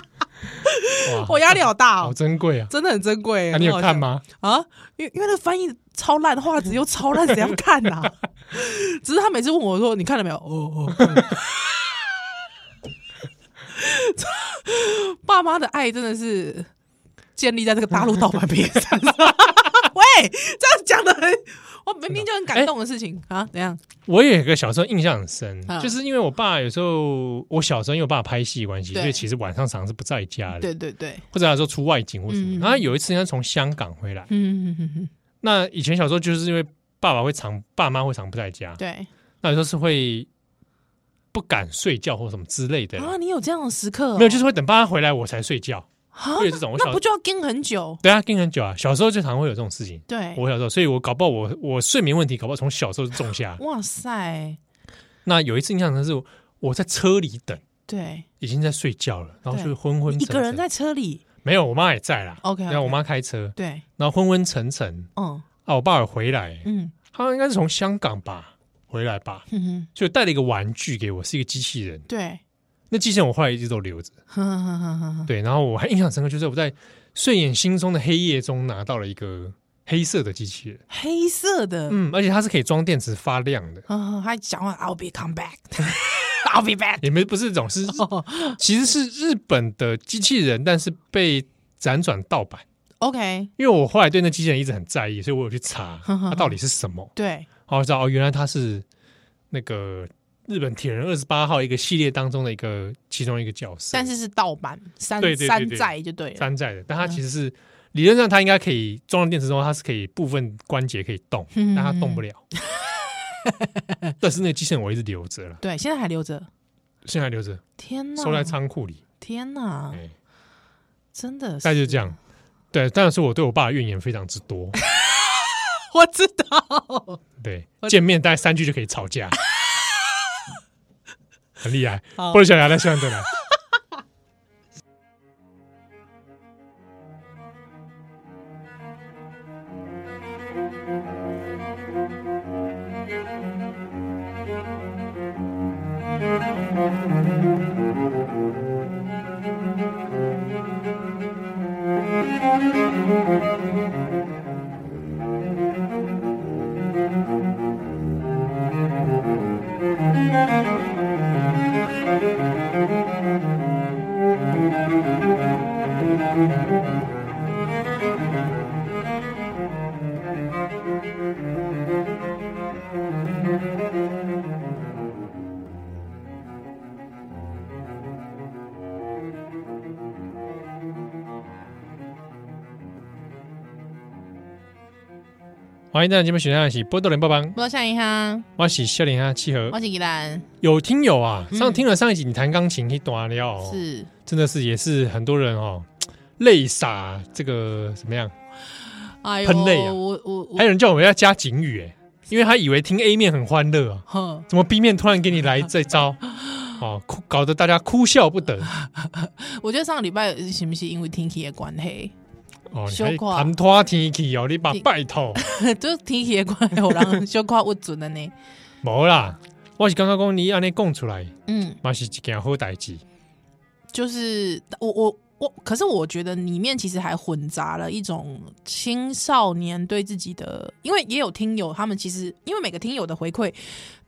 [SPEAKER 3] 哇，
[SPEAKER 2] 我压力好大
[SPEAKER 3] 好
[SPEAKER 2] 哦，
[SPEAKER 3] 珍贵啊！
[SPEAKER 2] 真的很珍贵。
[SPEAKER 3] 啊，你有
[SPEAKER 2] 很好笑
[SPEAKER 3] 看吗？
[SPEAKER 2] 啊，因为因为那翻译超烂，画质又超烂，谁要看呐、 只是他每次问我说：“你看了没有？”哦 哦。看了爸妈的爱真的是建立在这个大陆盗版片上。 喂，这样讲的很，我明明就很感动的事情、啊，怎样？
[SPEAKER 3] 我也有一个小时候印象很深，
[SPEAKER 2] 嗯
[SPEAKER 3] 就是因为我爸有时候，我小时候因为我爸拍戏的关系，
[SPEAKER 2] 对
[SPEAKER 3] 所以其实晚上常常是不在家的，
[SPEAKER 2] 对对对，
[SPEAKER 3] 或者他说出外景或什么。
[SPEAKER 2] 嗯
[SPEAKER 3] 然后有一次他从香港回来，
[SPEAKER 2] 嗯嗯嗯嗯，
[SPEAKER 3] 那以前小时候就是因为爸爸会常爸妈会常不在家，
[SPEAKER 2] 对
[SPEAKER 3] 那有时候是会不敢睡觉或什么之类的啦，
[SPEAKER 2] 啊，你有这样的时刻哦、
[SPEAKER 3] 没有就是会等爸妈回来我才睡觉，
[SPEAKER 2] 啊
[SPEAKER 3] 会有这种我
[SPEAKER 2] 那
[SPEAKER 3] 小
[SPEAKER 2] 不就要跟很久？
[SPEAKER 3] 对啊，跟很久啊，小时候就常会有这种事情。
[SPEAKER 2] 对，。
[SPEAKER 3] 我小时候，所以我搞不好我我睡眠问题，搞不好从小时候就种下
[SPEAKER 2] 哇塞，
[SPEAKER 3] 那有一次印象深是我在车里等，
[SPEAKER 2] 对，
[SPEAKER 3] 已经在睡觉了，然后
[SPEAKER 2] 对
[SPEAKER 3] 就昏昏沉
[SPEAKER 2] 一
[SPEAKER 3] 沉
[SPEAKER 2] 个人在车里，
[SPEAKER 3] 没有，我妈也在啦。
[SPEAKER 2] OK，OK
[SPEAKER 3] 然后我妈开车，
[SPEAKER 2] 对，
[SPEAKER 3] 然后昏昏沉沉
[SPEAKER 2] 嗯。
[SPEAKER 3] 啊，我爸也回来，
[SPEAKER 2] 嗯
[SPEAKER 3] 他应该是从香港吧回来吧，
[SPEAKER 2] 哼哼，
[SPEAKER 3] 就带了一个玩具给我，是一个机器人。
[SPEAKER 2] 对，
[SPEAKER 3] 那机器人我后来一直都留着。
[SPEAKER 2] 哼哼哼哼哼哼
[SPEAKER 3] 对，然后我还印象深刻，就是我在睡眼惺忪的黑夜中拿到了一个黑色的机器人，
[SPEAKER 2] 黑色的，
[SPEAKER 3] 嗯，而且它是可以装电池发亮的，
[SPEAKER 2] 嗯哼，还讲话，I'll be come back，I'll be back，
[SPEAKER 3] 也没不是这种，是其实是日本的机器人，但是被辗转盗版。
[SPEAKER 2] OK，
[SPEAKER 3] 因为我后来对那机器人一直很在意，所以我有去查它到底是什么，
[SPEAKER 2] 对，
[SPEAKER 3] 然后我知道哦，原来它是那个日本铁人二十八号一个系列当中的一个其中一个角色，
[SPEAKER 2] 但是是盗版山
[SPEAKER 3] 对对对
[SPEAKER 2] 山
[SPEAKER 3] 对
[SPEAKER 2] 寨就对了，
[SPEAKER 3] 山寨的，但它其实是、理论上它应该可以装到电池中，它是可以部分关节可以动，
[SPEAKER 2] 嗯
[SPEAKER 3] 但它动不 了。但是那个机器人我一直留着了，
[SPEAKER 2] 对，现在还留着。
[SPEAKER 3] 现在留着，
[SPEAKER 2] 天
[SPEAKER 3] 收在
[SPEAKER 2] 哪，
[SPEAKER 3] 仓库里。
[SPEAKER 2] 天哪，
[SPEAKER 3] 哎，
[SPEAKER 2] 真的，
[SPEAKER 3] 大概就是这样。对，但是我对我爸的怨言非常之 多。
[SPEAKER 2] 我知道，
[SPEAKER 3] 对，见面大概三句就可以吵 架，很厉害。
[SPEAKER 2] 好
[SPEAKER 3] 或者小牙在上对来。欢迎大家节目选项是波多连帮帮，
[SPEAKER 2] 我向一哈，
[SPEAKER 3] 我是笑脸哈契合
[SPEAKER 2] 我。是依兰，
[SPEAKER 3] 有听友啊，
[SPEAKER 2] 嗯
[SPEAKER 3] 上听了上一集你弹钢琴可以短了哦，
[SPEAKER 2] 是
[SPEAKER 3] 真的是也是很多人哦泪洒这个怎么样？
[SPEAKER 2] 哎呦，
[SPEAKER 3] 喷泪啊
[SPEAKER 2] 我我我
[SPEAKER 3] 还，有人叫我们要加警语哎，因为他以为听 A 面很欢乐啊，
[SPEAKER 2] 哼，
[SPEAKER 3] 怎么 B 面突然给你来这 招？哦，哭搞得大家哭笑不得
[SPEAKER 2] 我觉得上个礼拜是不是因为天气的关系，
[SPEAKER 3] 哦，你
[SPEAKER 2] 羞
[SPEAKER 3] 还
[SPEAKER 2] 愧
[SPEAKER 3] 谈拖天气哦，你把
[SPEAKER 2] 你
[SPEAKER 3] 拜 托，
[SPEAKER 2] 就是天气的关系，有人小夸不准的呢。
[SPEAKER 3] 无啦，我是刚刚讲你安尼讲出来，
[SPEAKER 2] 嗯，
[SPEAKER 3] 嘛是一件好代志，
[SPEAKER 2] 就是我我我，可是我觉得里面其实还混杂了一种青少年对自己的，因为也有听友他们其实因为每个听友的回馈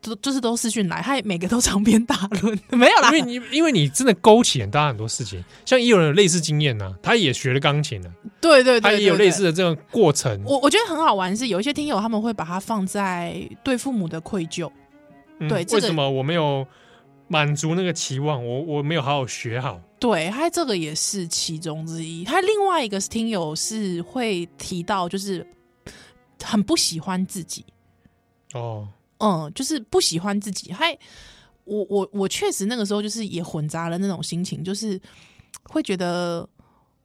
[SPEAKER 2] 都就是都私讯来，他也每个都长篇大论， 没有啦
[SPEAKER 3] 因，为你因为你真的勾起很大很多事情，像也有人有类似经验呐、他也学了钢琴了、
[SPEAKER 2] 对对对
[SPEAKER 3] 他
[SPEAKER 2] 对
[SPEAKER 3] 也有
[SPEAKER 2] 对
[SPEAKER 3] 类似的这种过程，啊
[SPEAKER 2] 我我觉得很好玩是，有一些听友他们会把它放在对父母的愧疚，
[SPEAKER 3] 嗯
[SPEAKER 2] 对这
[SPEAKER 3] 为
[SPEAKER 2] 个
[SPEAKER 3] 什么我没有满足那个期望？我我没有好好学好，
[SPEAKER 2] 对，他这个也是其中之一。他另外一个听友是会提到，就是很不喜欢自己，
[SPEAKER 3] 哦，
[SPEAKER 2] 嗯，就是不喜欢自己。还我我我确实那个时候就是也混杂了那种心情，就是会觉得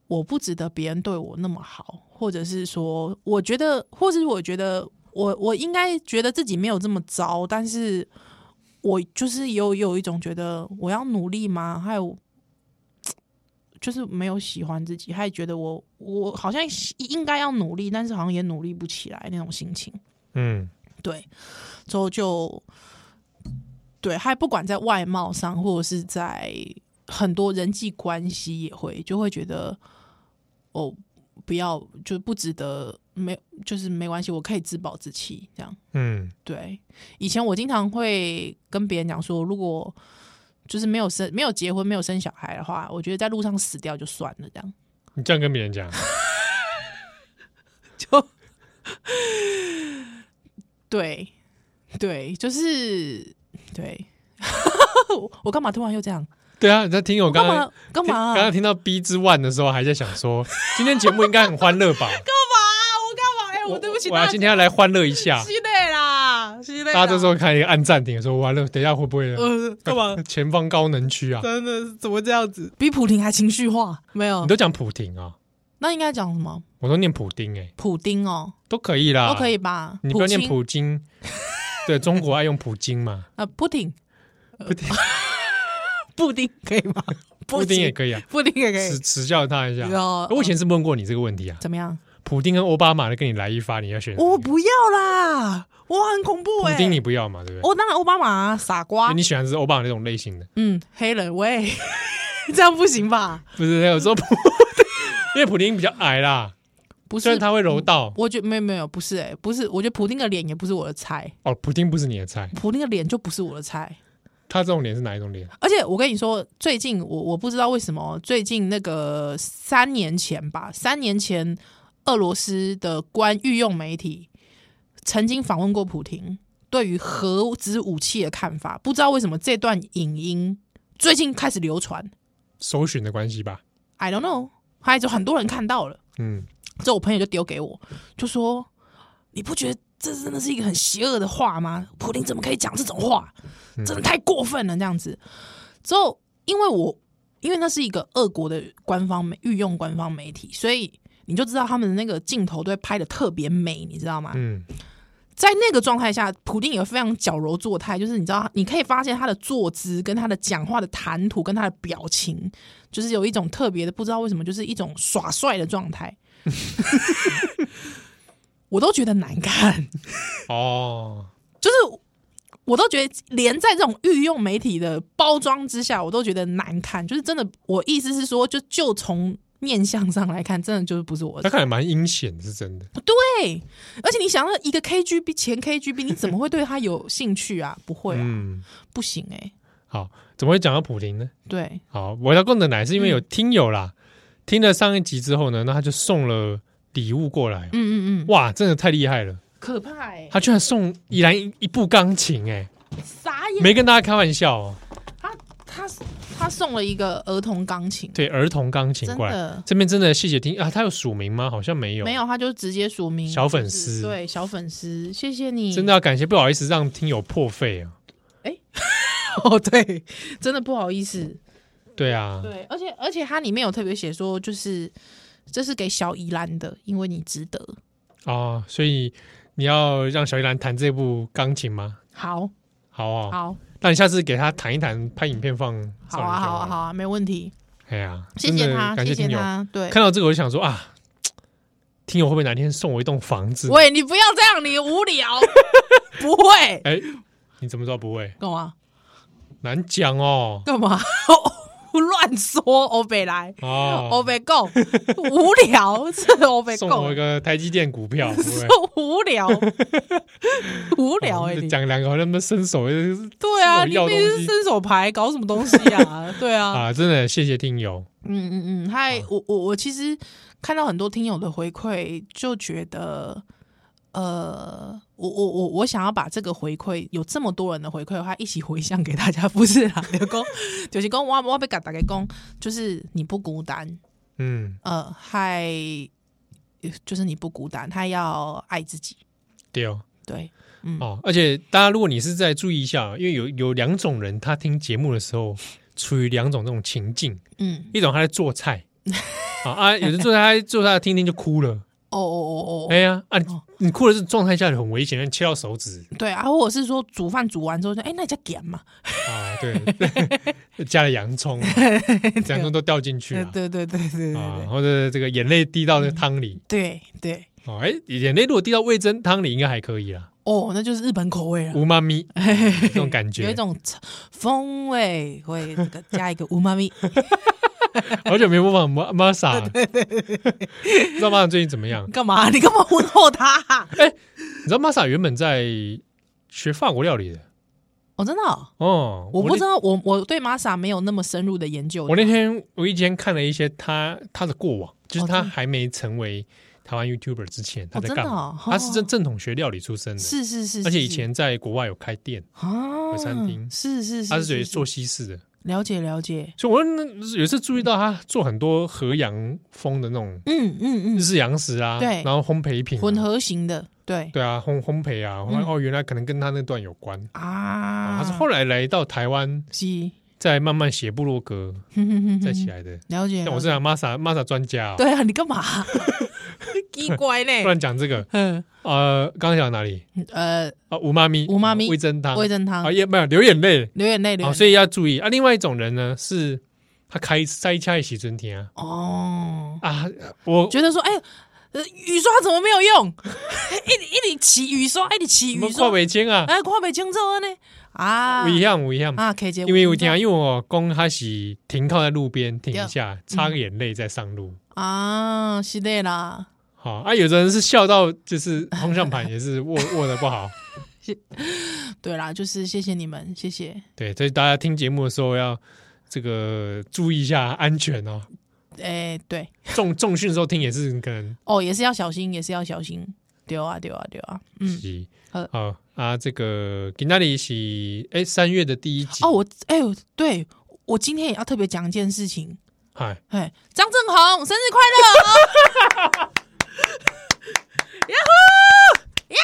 [SPEAKER 2] 我不值得别人对我那么好，或者是说，我觉得，或者是我觉得我我应该觉得自己没有这么糟，但是我就是有有一种觉得我要努力吗？还有。就是没有喜欢自己，还觉得我我好像应该要努力，但是好像也努力不起来那种心情。
[SPEAKER 3] 嗯，
[SPEAKER 2] 对，之后就对，还不管在外貌上，或者是在很多人际关系，也会就会觉得哦，不要就不值得，没就是没关系，我可以自暴自弃这样。
[SPEAKER 3] 嗯，
[SPEAKER 2] 对，以前我经常会跟别人讲说，如果就是没有生、没有结婚、没有生小孩的话，我觉得在路上死掉就算了，这样
[SPEAKER 3] 你这样跟别人讲，
[SPEAKER 2] 就对对，就是对。 我我干嘛突然又这样？
[SPEAKER 3] 对啊，你在听我
[SPEAKER 2] 我干
[SPEAKER 3] 刚刚
[SPEAKER 2] 嘛干
[SPEAKER 3] 听
[SPEAKER 2] 嘛？
[SPEAKER 3] 刚刚听到 B 之 One 的时候，还在想说 今天节目应该很欢乐吧？
[SPEAKER 2] 我干嘛？哎、 我对不起
[SPEAKER 3] 我要
[SPEAKER 2] 大
[SPEAKER 3] 今
[SPEAKER 2] 家，
[SPEAKER 3] 天
[SPEAKER 2] 啊
[SPEAKER 3] 要来欢乐一下。
[SPEAKER 2] 系列啦，系列。
[SPEAKER 3] 大家这时候看一个按暂停，说完了，等一下会不会
[SPEAKER 2] 呃 干嘛？
[SPEAKER 3] 前方高能区啊？
[SPEAKER 2] 真的是怎么这样子？比普丁还情绪化？没有
[SPEAKER 3] 你，都讲普廷啊，
[SPEAKER 2] 那应该讲什么？
[SPEAKER 3] 我都念普丁哎，
[SPEAKER 2] 普丁哦，
[SPEAKER 3] 都可以啦，
[SPEAKER 2] 都可以吧？
[SPEAKER 3] 你不要念
[SPEAKER 2] 普京
[SPEAKER 3] 普京，对中国爱用普京 嘛，
[SPEAKER 2] 啊，布丁，
[SPEAKER 3] 布丁
[SPEAKER 2] 布丁可以吗？
[SPEAKER 3] 普丁也可以啊，
[SPEAKER 2] 布丁也可
[SPEAKER 3] 耻
[SPEAKER 2] 以。
[SPEAKER 3] 耻笑他一下。
[SPEAKER 2] 哦
[SPEAKER 3] 我以前是问过你这个问题啊，
[SPEAKER 2] 怎么样？
[SPEAKER 3] 普丁跟奥巴马来跟你来一发，你要选哪一个
[SPEAKER 2] 我不要啦，我很恐怖
[SPEAKER 3] 普
[SPEAKER 2] 哎、
[SPEAKER 3] 丁你不要嘛，对不对？
[SPEAKER 2] 我当然奥巴马啊、傻瓜
[SPEAKER 3] 因为，你喜欢是奥巴马那种类型的，
[SPEAKER 2] 嗯，黑人喂， 这样不行吧？
[SPEAKER 3] 不是有时候普，因为普丁比较矮啦，
[SPEAKER 2] 不
[SPEAKER 3] 虽
[SPEAKER 2] 是
[SPEAKER 3] 然，他会柔道
[SPEAKER 2] 我觉得没有没有，不是哎、不是，我觉得普丁的脸也不是我的菜，
[SPEAKER 3] 哦，普丁不是你的菜，
[SPEAKER 2] 普丁的脸就不是我的菜。
[SPEAKER 3] 他这种脸是哪一种脸？
[SPEAKER 2] 而且我跟你说，最近我我不知道为什么，最近那个三年前吧，三年前俄罗斯的官御用媒体曾经访问过普廷对于核子武器的看法，不知道为什么这段影音最近开始流传
[SPEAKER 3] 搜寻的关系吧？
[SPEAKER 2] ，I don't know，还有很多人看到了，
[SPEAKER 3] 嗯，
[SPEAKER 2] 之后我朋友就丢给我，就说你不觉得这真的是一个很邪恶的话吗？普丁怎么可以讲这种话？真的太过分了，这样子。之后，因为我因为那是一个俄国的官方媒御用官方媒体，所以你就知道他们的那个镜头都会拍的特别美，你知道吗？
[SPEAKER 3] 嗯，
[SPEAKER 2] 在那个状态下，普丁也非常矫揉作态，就是你知道，你可以发现他的坐姿、跟他的讲话的谈吐、跟他的表情，就是有一种特别的，不知道为什么，就是一种耍帅的状态。我都觉得难看，
[SPEAKER 3] 哦，
[SPEAKER 2] 就是我都觉得连在这种御用媒体的包装之下，我都觉得难看。就是真的，我意思是说，就就从面相上来看，真的就是不是我的
[SPEAKER 3] 他看起来蛮阴险的，是真的。
[SPEAKER 2] 对，而且你想要一个 KGB 前 KGB，你怎么会对他有兴趣啊？ 不会啊，
[SPEAKER 3] 嗯，
[SPEAKER 2] 不行哎、
[SPEAKER 3] 好，怎么会讲到普丁呢？
[SPEAKER 2] 对，
[SPEAKER 3] 好，我要供的奶是因为有
[SPEAKER 2] 嗯
[SPEAKER 3] 听友啦，听了上一集之后呢，那他就送了礼物过来，哦
[SPEAKER 2] 嗯嗯嗯，
[SPEAKER 3] 哇，真的太厉害了！
[SPEAKER 2] 可怕哎、
[SPEAKER 3] 他居然送依兰一一部钢琴、欸，
[SPEAKER 2] 傻眼，
[SPEAKER 3] 没跟大家开玩笑哦、
[SPEAKER 2] 他他他送了一个儿童钢琴，
[SPEAKER 3] 对，儿童钢琴
[SPEAKER 2] 真
[SPEAKER 3] 过来。
[SPEAKER 2] 的
[SPEAKER 3] 这边真的细节听啊，他有署名吗？好像没有，
[SPEAKER 2] 没有，他就直接署名
[SPEAKER 3] 小粉
[SPEAKER 2] 就是
[SPEAKER 3] 丝
[SPEAKER 2] 对小粉丝，谢谢你，
[SPEAKER 3] 真的要感谢，不好意思让听友破费啊。
[SPEAKER 2] 哦，对，真的不好意思，
[SPEAKER 3] 对啊，
[SPEAKER 2] 对，而且而且它里面有特别写说，就是这是给小宜兰的，因为你值得。
[SPEAKER 3] 哦，所以你要让小依兰弹这部钢琴吗？
[SPEAKER 2] 好，
[SPEAKER 3] 好哦，
[SPEAKER 2] 好，啊
[SPEAKER 3] 那你下次给他弹一弹，拍影片放。
[SPEAKER 2] 好啊，好啊，好，啊，没问题，
[SPEAKER 3] 哎呀，
[SPEAKER 2] 谢
[SPEAKER 3] 真
[SPEAKER 2] 谢
[SPEAKER 3] 的
[SPEAKER 2] 他，
[SPEAKER 3] 感
[SPEAKER 2] 谢
[SPEAKER 3] 谢
[SPEAKER 2] 谢
[SPEAKER 3] 听友。
[SPEAKER 2] 他，对。
[SPEAKER 3] 看到这个我就想说啊，听友会不会哪天送我一栋房子？
[SPEAKER 2] 喂，你不要这样，你无 聊，不会
[SPEAKER 3] 哎，你怎么知道不会？
[SPEAKER 2] 干嘛
[SPEAKER 3] 难讲哦。
[SPEAKER 2] 干嘛 乱说，欧北来，欧
[SPEAKER 3] 哦，
[SPEAKER 2] 北够无聊，这欧 北
[SPEAKER 3] 送
[SPEAKER 2] 够
[SPEAKER 3] 我一个台积电股票，不会
[SPEAKER 2] 无聊，无聊哎、
[SPEAKER 3] 哦
[SPEAKER 2] 你
[SPEAKER 3] 讲两个好像那么伸手就是
[SPEAKER 2] 对啊，
[SPEAKER 3] 这种
[SPEAKER 2] 你
[SPEAKER 3] 要
[SPEAKER 2] 必
[SPEAKER 3] 东
[SPEAKER 2] 须
[SPEAKER 3] 西
[SPEAKER 2] 伸手牌，搞什么东西啊？对啊，
[SPEAKER 3] 啊，真的谢谢听友。
[SPEAKER 2] 嗯嗯嗯，嗨，我我我其实看到很多听友的回馈，就觉得，呃，我我我我想要把这个回馈，有这么多人的回馈的话，一起回向给大家，不是啦， 刘公，就是公，我我被打打给公，就是你不孤单，
[SPEAKER 3] 嗯，
[SPEAKER 2] 呃，嗨，就是你不孤单，他要爱自己，
[SPEAKER 3] 对哦。
[SPEAKER 2] 对，
[SPEAKER 3] 哦，而且大家如果你是在注意一下，因为有有两种人，他听节目的时候处于两种这种情境，
[SPEAKER 2] 嗯，
[SPEAKER 3] 一种他在做 菜啊啊，有的做菜他做菜听听就哭了，
[SPEAKER 2] 哦哦哦哦
[SPEAKER 3] 哎，呀啊，你你哭的是状态下很危险，因为切到手指
[SPEAKER 2] 对啊，或者是说煮饭煮完之后说，哎、那你在点嘛，
[SPEAKER 3] 啊，对， 加了洋葱，洋葱都掉进去
[SPEAKER 2] 对
[SPEAKER 3] 了
[SPEAKER 2] 对对对对对
[SPEAKER 3] 啊，
[SPEAKER 2] 对
[SPEAKER 3] 或者这个眼泪滴到那个汤里
[SPEAKER 2] 对对。
[SPEAKER 3] 哦，哎，眼泪如果滴到味噌汤里应该还可以 啦，
[SPEAKER 2] 哦，那就是日本口味了。
[SPEAKER 3] 乌妈咪这 种感
[SPEAKER 2] 有
[SPEAKER 3] 觉，
[SPEAKER 2] 一种风味会这个加一个乌妈咪，
[SPEAKER 3] 好久没模仿 m a s a 知道 Masa 最近怎么样？
[SPEAKER 2] 干 嘛？你 干嘛问候他、
[SPEAKER 3] 你知道 Masa 原本在学法国料理的
[SPEAKER 2] 哦，真的哦、
[SPEAKER 3] 哦，
[SPEAKER 2] 我不
[SPEAKER 3] 那
[SPEAKER 2] 知道，我我对玛莎没有那么深入的研究。
[SPEAKER 3] 我那天无意间看了一些他他的过往，就是
[SPEAKER 2] 哦
[SPEAKER 3] 他
[SPEAKER 2] 真的
[SPEAKER 3] 还没成为台湾 YouTuber 之前，他在
[SPEAKER 2] 真的
[SPEAKER 3] 干嘛
[SPEAKER 2] 哦？
[SPEAKER 3] 他是正
[SPEAKER 2] 哦
[SPEAKER 3] 正统学料理出身的，
[SPEAKER 2] 是是是，
[SPEAKER 3] 而且以
[SPEAKER 2] 是
[SPEAKER 3] 前在国外有开店，
[SPEAKER 2] 啊
[SPEAKER 3] 有餐厅
[SPEAKER 2] 是是是，
[SPEAKER 3] 他是属于
[SPEAKER 2] 是
[SPEAKER 3] 做西式的，
[SPEAKER 2] 了解了解，
[SPEAKER 3] 所以我那有一次注意到他做很多河洋风的那种
[SPEAKER 2] 嗯嗯
[SPEAKER 3] 日
[SPEAKER 2] 嗯，
[SPEAKER 3] 式洋食啊，
[SPEAKER 2] 对
[SPEAKER 3] 然后烘焙品啊
[SPEAKER 2] 混，合型的，对
[SPEAKER 3] 对啊，烘烘焙啊，我发现
[SPEAKER 2] 嗯
[SPEAKER 3] 哦，原来可能跟他那段有关。
[SPEAKER 2] 啊，
[SPEAKER 3] 哦他是后来来到台湾，
[SPEAKER 2] 是，
[SPEAKER 3] 再慢慢写部落格，
[SPEAKER 2] 哼哼嗯哼哼
[SPEAKER 3] 再起来的。
[SPEAKER 2] 了解，
[SPEAKER 3] 像我
[SPEAKER 2] 了
[SPEAKER 3] 是
[SPEAKER 2] 解
[SPEAKER 3] 讲 Masa Masa 专家、哦，
[SPEAKER 2] 对啊，你干 嘛？奇怪
[SPEAKER 3] 不
[SPEAKER 2] 嘞，
[SPEAKER 3] 然讲这个，
[SPEAKER 2] 嗯
[SPEAKER 3] 呃，刚刚讲哪里？
[SPEAKER 2] 呃，
[SPEAKER 3] 啊，五妈咪，
[SPEAKER 2] 五妈咪
[SPEAKER 3] 啊味增汤，
[SPEAKER 2] 味噌汤
[SPEAKER 3] 啊，，也没有流眼泪
[SPEAKER 2] 流眼泪，流
[SPEAKER 3] 啊，
[SPEAKER 2] 眼
[SPEAKER 3] 所
[SPEAKER 2] 泪，
[SPEAKER 3] 以要注意啊。另外一种人呢，是他开塞掐一起尊天啊
[SPEAKER 2] 哦，
[SPEAKER 3] 啊，我
[SPEAKER 2] 觉得说，哎、呃，雨刷怎么没有用？ 一直一直起雨刷，一直起
[SPEAKER 3] 什么
[SPEAKER 2] 雨
[SPEAKER 3] 跨
[SPEAKER 2] 刷，
[SPEAKER 3] 尾肩啊，
[SPEAKER 2] 哎，看不清楚了呢啊
[SPEAKER 3] 不一样不一样，
[SPEAKER 2] 啊，K 姐，
[SPEAKER 3] 因为我听啊，因为我公他是停靠在路边停一
[SPEAKER 2] 对嗯
[SPEAKER 3] 下，擦个眼泪再上路。
[SPEAKER 2] 啊，是的啦，
[SPEAKER 3] 好啊，有的人是笑到就是方向盘也是握握的不好，
[SPEAKER 2] 对啦，就是谢谢你们，谢谢。
[SPEAKER 3] 对，所以大家听节目的时候要这个注意一下安全 哦。
[SPEAKER 2] 哎、对，
[SPEAKER 3] 重重训的时候听也是可能
[SPEAKER 2] 哦，也是要小心，也是要小心，丢啊，丢啊，丢啊，嗯，
[SPEAKER 3] 是
[SPEAKER 2] 好
[SPEAKER 3] 好啊，这个给那里是哎三月的第一集
[SPEAKER 2] 哦，我，哎、呦，对我今天也要特别讲一件事情，
[SPEAKER 3] 嗨
[SPEAKER 2] 哎，张正宏生日快乐！哦呀呼呀！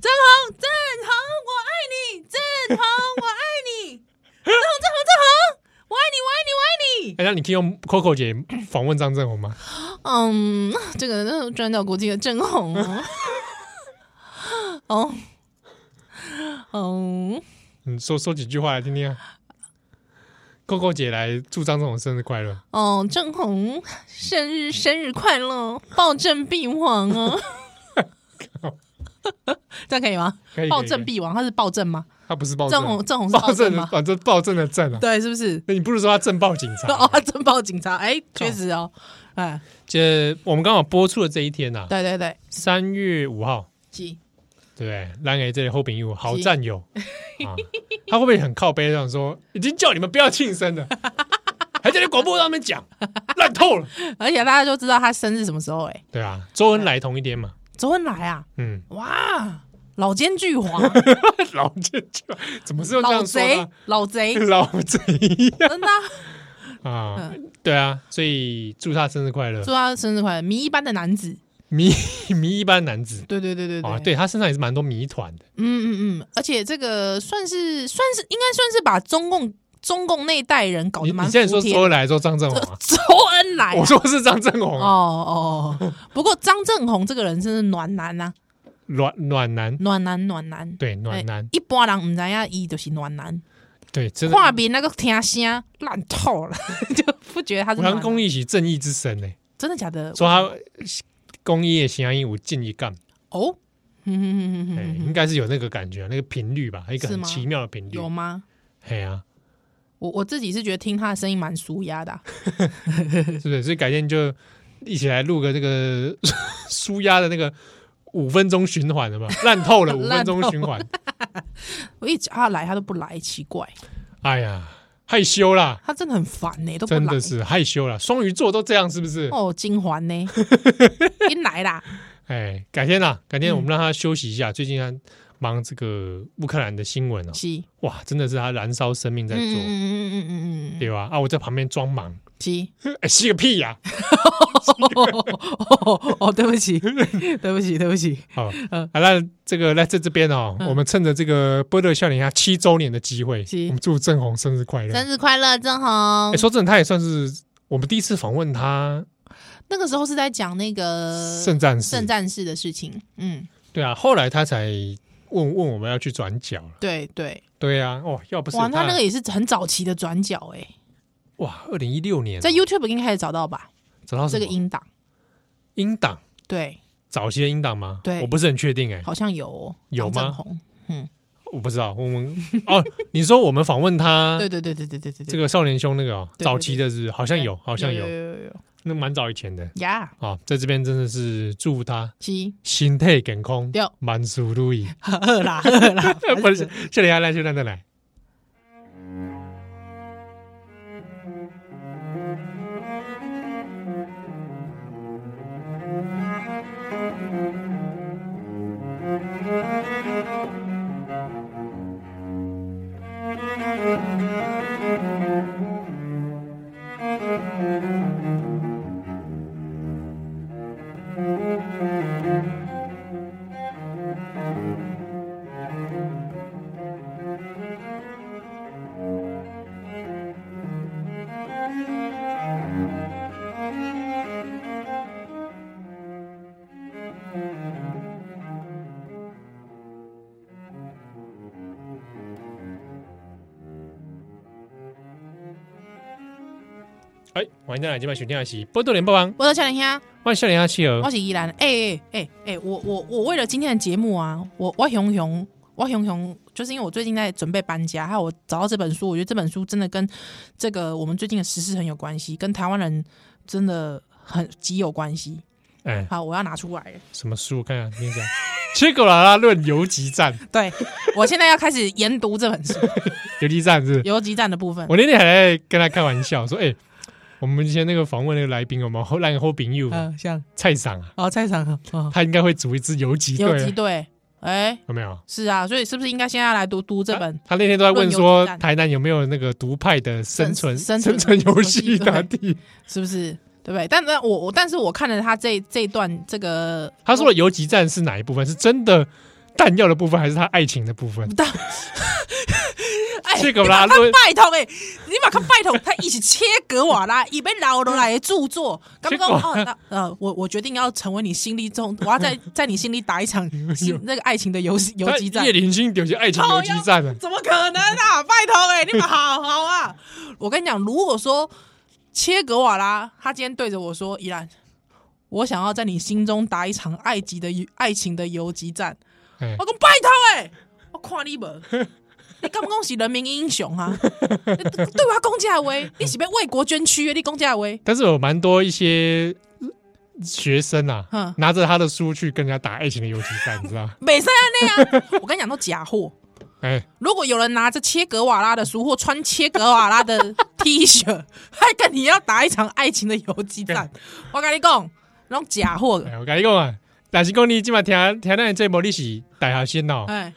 [SPEAKER 2] 正宏，正宏，我爱你！正宏，我爱你！正宏，正宏，正宏，我爱你，我爱你，我爱你！
[SPEAKER 3] 哎，那你可以用 Coco 姐访问张正宏吗？
[SPEAKER 2] 嗯，这个转角国际的正宏哦，哦，嗯，
[SPEAKER 3] 你说说几句话来听听啊。Coco 姐来祝张正宏生日快乐，
[SPEAKER 2] 哦，正宏生日生日快乐，暴政必亡 啊！这样可以吗？
[SPEAKER 3] 可以
[SPEAKER 2] 暴政，
[SPEAKER 3] 可以
[SPEAKER 2] 必亡，他是暴政吗？
[SPEAKER 3] 可以他不是暴
[SPEAKER 2] 正
[SPEAKER 3] 政
[SPEAKER 2] 红正红是
[SPEAKER 3] 暴
[SPEAKER 2] 暴政
[SPEAKER 3] 政的
[SPEAKER 2] 吗？
[SPEAKER 3] 啊，这暴政的政啊。
[SPEAKER 2] 对，是不是？
[SPEAKER 3] 那你不如说他政暴警 察。
[SPEAKER 2] 哦，他真报警察，哎，确实哦，哎，
[SPEAKER 3] 这我们刚好播出的这一天呐，
[SPEAKER 2] 对对对，
[SPEAKER 3] 三月五号，
[SPEAKER 2] 是
[SPEAKER 3] 对不对？让给这里后朋友好战 友啊，他会不会很靠背这样说？已经叫你们不要庆 生了，还在那广播上面讲，烂透了。
[SPEAKER 2] 而且大家就知道他生日什么时候，哎，
[SPEAKER 3] 对啊，周恩来同一天嘛，
[SPEAKER 2] 周恩来啊，
[SPEAKER 3] 嗯，
[SPEAKER 2] 哇，老奸巨 猾、
[SPEAKER 3] 老奸巨猾，怎么是用这
[SPEAKER 2] 老
[SPEAKER 3] 样说
[SPEAKER 2] 贼
[SPEAKER 3] 呢？、
[SPEAKER 2] 老贼，
[SPEAKER 3] 老贼
[SPEAKER 2] 真的啊、
[SPEAKER 3] 啊，对啊，所以祝他生日快乐，
[SPEAKER 2] 祝他生日快乐！谜一般的男子，
[SPEAKER 3] 迷迷一般男子
[SPEAKER 2] 对对对对对，
[SPEAKER 3] 啊，对他身上也是蛮多谜团的，
[SPEAKER 2] 嗯嗯嗯，而且这个算是算是应该算是把中共中共那一代人搞
[SPEAKER 3] 你
[SPEAKER 2] 得
[SPEAKER 3] 你
[SPEAKER 2] 哦蛮
[SPEAKER 3] 现在说
[SPEAKER 2] 服
[SPEAKER 3] 周
[SPEAKER 2] 帖
[SPEAKER 3] 恩来，说张正宏 啊，
[SPEAKER 2] 周恩来啊、
[SPEAKER 3] 我说是张正宏啊，
[SPEAKER 2] 哦哦，不过张正宏这个人真是暖男呐、
[SPEAKER 3] 暖暖男，
[SPEAKER 2] 暖男暖男，
[SPEAKER 3] 对
[SPEAKER 2] 哎
[SPEAKER 3] 暖男，
[SPEAKER 2] 一般人唔知影伊就是暖男，
[SPEAKER 3] 对，真的，
[SPEAKER 2] 画面那个听声烂透了， 就不觉得他是
[SPEAKER 3] 我
[SPEAKER 2] 暖
[SPEAKER 3] 刚
[SPEAKER 2] 男。
[SPEAKER 3] 公益起正义之神呢，
[SPEAKER 2] 真的假的？
[SPEAKER 3] 说他公益的形象有进一杠，
[SPEAKER 2] 哦，嗯嗯嗯
[SPEAKER 3] 哎，
[SPEAKER 2] 嗯
[SPEAKER 3] 应该是有那个感觉，啊那个频率吧，一个
[SPEAKER 2] 是
[SPEAKER 3] 很
[SPEAKER 2] 吗
[SPEAKER 3] 奇妙的频率，
[SPEAKER 2] 有吗？
[SPEAKER 3] 嘿 啊，
[SPEAKER 2] 我我自己是觉得听他的声音蛮舒压的啊、
[SPEAKER 3] 是不是？所以改天就一起来录个这个 舒压的那个五分钟循环的嘛，烂透了五分
[SPEAKER 2] 烂透
[SPEAKER 3] 钟循环，
[SPEAKER 2] 我一直叫他来，他都不来，奇怪，
[SPEAKER 3] 哎呀，害羞啦，
[SPEAKER 2] 他真的很烦呢、都不来。
[SPEAKER 3] 真的是害羞啦，双鱼座都这样是不是？
[SPEAKER 2] 哦，金环 呢？一来啦，
[SPEAKER 3] 哎，改天啦，改
[SPEAKER 2] 嗯
[SPEAKER 3] 天我们让他休息一下，最近他忙这个乌克兰的新闻哦，
[SPEAKER 2] 是，
[SPEAKER 3] 哇，真的是他燃烧生命在
[SPEAKER 2] 嗯嗯
[SPEAKER 3] 做。
[SPEAKER 2] 嗯嗯嗯嗯嗯，
[SPEAKER 3] 对吧？啊，我在旁边装忙，
[SPEAKER 2] 是。
[SPEAKER 3] 哎，吸个屁呀、
[SPEAKER 2] 哦哦，对不 起，对不起，对不起，
[SPEAKER 3] 好，
[SPEAKER 2] 嗯
[SPEAKER 3] 啊，那这个来在这边哦，
[SPEAKER 2] 嗯
[SPEAKER 3] 我们趁着这个波特笑脸下七周年的机会，
[SPEAKER 2] 是
[SPEAKER 3] 我们祝郑红生日快乐！
[SPEAKER 2] 生日快乐，郑
[SPEAKER 3] 哎、
[SPEAKER 2] 红！
[SPEAKER 3] 说真的，他也算是我们第一次访问他
[SPEAKER 2] 那个时候是在讲那个
[SPEAKER 3] 圣战士，
[SPEAKER 2] 呃圣战士的事情，嗯，
[SPEAKER 3] 对啊，后来他才问问我们要去转角了。
[SPEAKER 2] 对对，
[SPEAKER 3] 对啊，哦，要不是
[SPEAKER 2] 哇，他那个也是很早期的转角哎，
[SPEAKER 3] 哇，二零一六年
[SPEAKER 2] 在 YouTube 应该开始找到吧？
[SPEAKER 3] 找到
[SPEAKER 2] 这个
[SPEAKER 3] 音
[SPEAKER 2] 音档，
[SPEAKER 3] 音档
[SPEAKER 2] 对，
[SPEAKER 3] 早期的音档吗？
[SPEAKER 2] 对
[SPEAKER 3] 我不是很确定哎、
[SPEAKER 2] 好像有哦
[SPEAKER 3] 有吗
[SPEAKER 2] 张正宏，嗯，
[SPEAKER 3] 我不知道我们哦，你说我们访问他
[SPEAKER 2] 对对对对对对对，
[SPEAKER 3] 啊这个少年兄那个、哦、
[SPEAKER 2] 对对
[SPEAKER 3] 早期的是不是好像
[SPEAKER 2] 对
[SPEAKER 3] 有，好像有，
[SPEAKER 2] 有有有
[SPEAKER 3] 那蛮早以前的
[SPEAKER 2] 呀，
[SPEAKER 3] 啊、在这边真的是祝福他
[SPEAKER 2] 七
[SPEAKER 3] 心态健康
[SPEAKER 2] 对，
[SPEAKER 3] 万事如 意。
[SPEAKER 2] 二啦二啦，
[SPEAKER 3] 不是，这里还来，这里再来。哎，欢迎大家今晚收听的是《波多连播王》，
[SPEAKER 2] 我的小林兄。
[SPEAKER 3] 欢迎笑脸阿啊企鹅
[SPEAKER 2] 我。是依兰，哎哎哎哎，我我我为了今天的节目啊，我我熊熊我熊熊，就是因为我最近在准备搬家，还有我找到这本书，我觉得这本书真的跟这个我们最近的时事很有关系，跟台湾人真的很极有关系。
[SPEAKER 3] 哎，
[SPEAKER 2] 好，我要拿出来了。
[SPEAKER 3] 什么书？看一下，念一下《切狗拉拉论游击战》，
[SPEAKER 2] 对我现在要开始研读这本书，
[SPEAKER 3] 游击战是不是。
[SPEAKER 2] 游击战的部分。
[SPEAKER 3] 我那天还在跟他开玩笑说：“哎，我们以前那个访问那个来宾，我们后来后朋友
[SPEAKER 2] 嗯，像
[SPEAKER 3] 蔡赏啊，
[SPEAKER 2] 哦，菜场啊，
[SPEAKER 3] 他应该会组一支游击
[SPEAKER 2] 游击
[SPEAKER 3] 队，啊
[SPEAKER 2] 队，哎、
[SPEAKER 3] 有没有？”
[SPEAKER 2] 是啊，所以是不是应该现在来读读这本？
[SPEAKER 3] 他那天都在问说
[SPEAKER 2] 论游击，战
[SPEAKER 3] 台南有没有那个独派的生存
[SPEAKER 2] 生
[SPEAKER 3] 生
[SPEAKER 2] 生
[SPEAKER 3] 存
[SPEAKER 2] 存
[SPEAKER 3] 游戏大地？
[SPEAKER 2] 是不是？对不对？但但我我但是我看了他这这一段这个，
[SPEAKER 3] 他说的游击战是哪一部分？是真的弹药的部分，还是他爱情的部分？
[SPEAKER 2] 但哎
[SPEAKER 3] 切格瓦拉
[SPEAKER 2] 你把
[SPEAKER 3] 论
[SPEAKER 2] 他拜托哎，你把他拜托，他一起切格瓦拉，以被老罗来的著作，刚刚
[SPEAKER 3] 切格
[SPEAKER 2] 哦，那呃，我我决定要成为你心里中，我要在在你心里打一场心那个爱情的游戏游击
[SPEAKER 3] 他
[SPEAKER 2] 战
[SPEAKER 3] 叶。林星丢些爱情游击战了。
[SPEAKER 2] 怎么可能啊！拜托哎、你们好好啊！我跟你讲，如果说切格瓦拉他今天对着我说：“依兰，我想要在你心中打一场爱极的爱情的游击战。”
[SPEAKER 3] 哎
[SPEAKER 2] 我讲拜托哎、我看你无，你敢不讲是人民英雄啊？你对我讲这话，你是要为国捐躯的？你讲这话，
[SPEAKER 3] 但是有蛮多一些呃学生啊
[SPEAKER 2] 嗯，
[SPEAKER 3] 拿着他的书去跟人家打爱情的游击战，你知道吗？
[SPEAKER 2] 没事啊那样。我跟你讲，都假货。
[SPEAKER 3] 哎，
[SPEAKER 2] 如果有人拿着切格瓦拉的书或穿切格瓦拉的 T 恤，还跟你要打一场爱情的游击战，我跟你讲，那种假货的，
[SPEAKER 3] 哎我跟你讲啊，但是讲你今晚听听到你这波利息大下先哦，
[SPEAKER 2] 哎，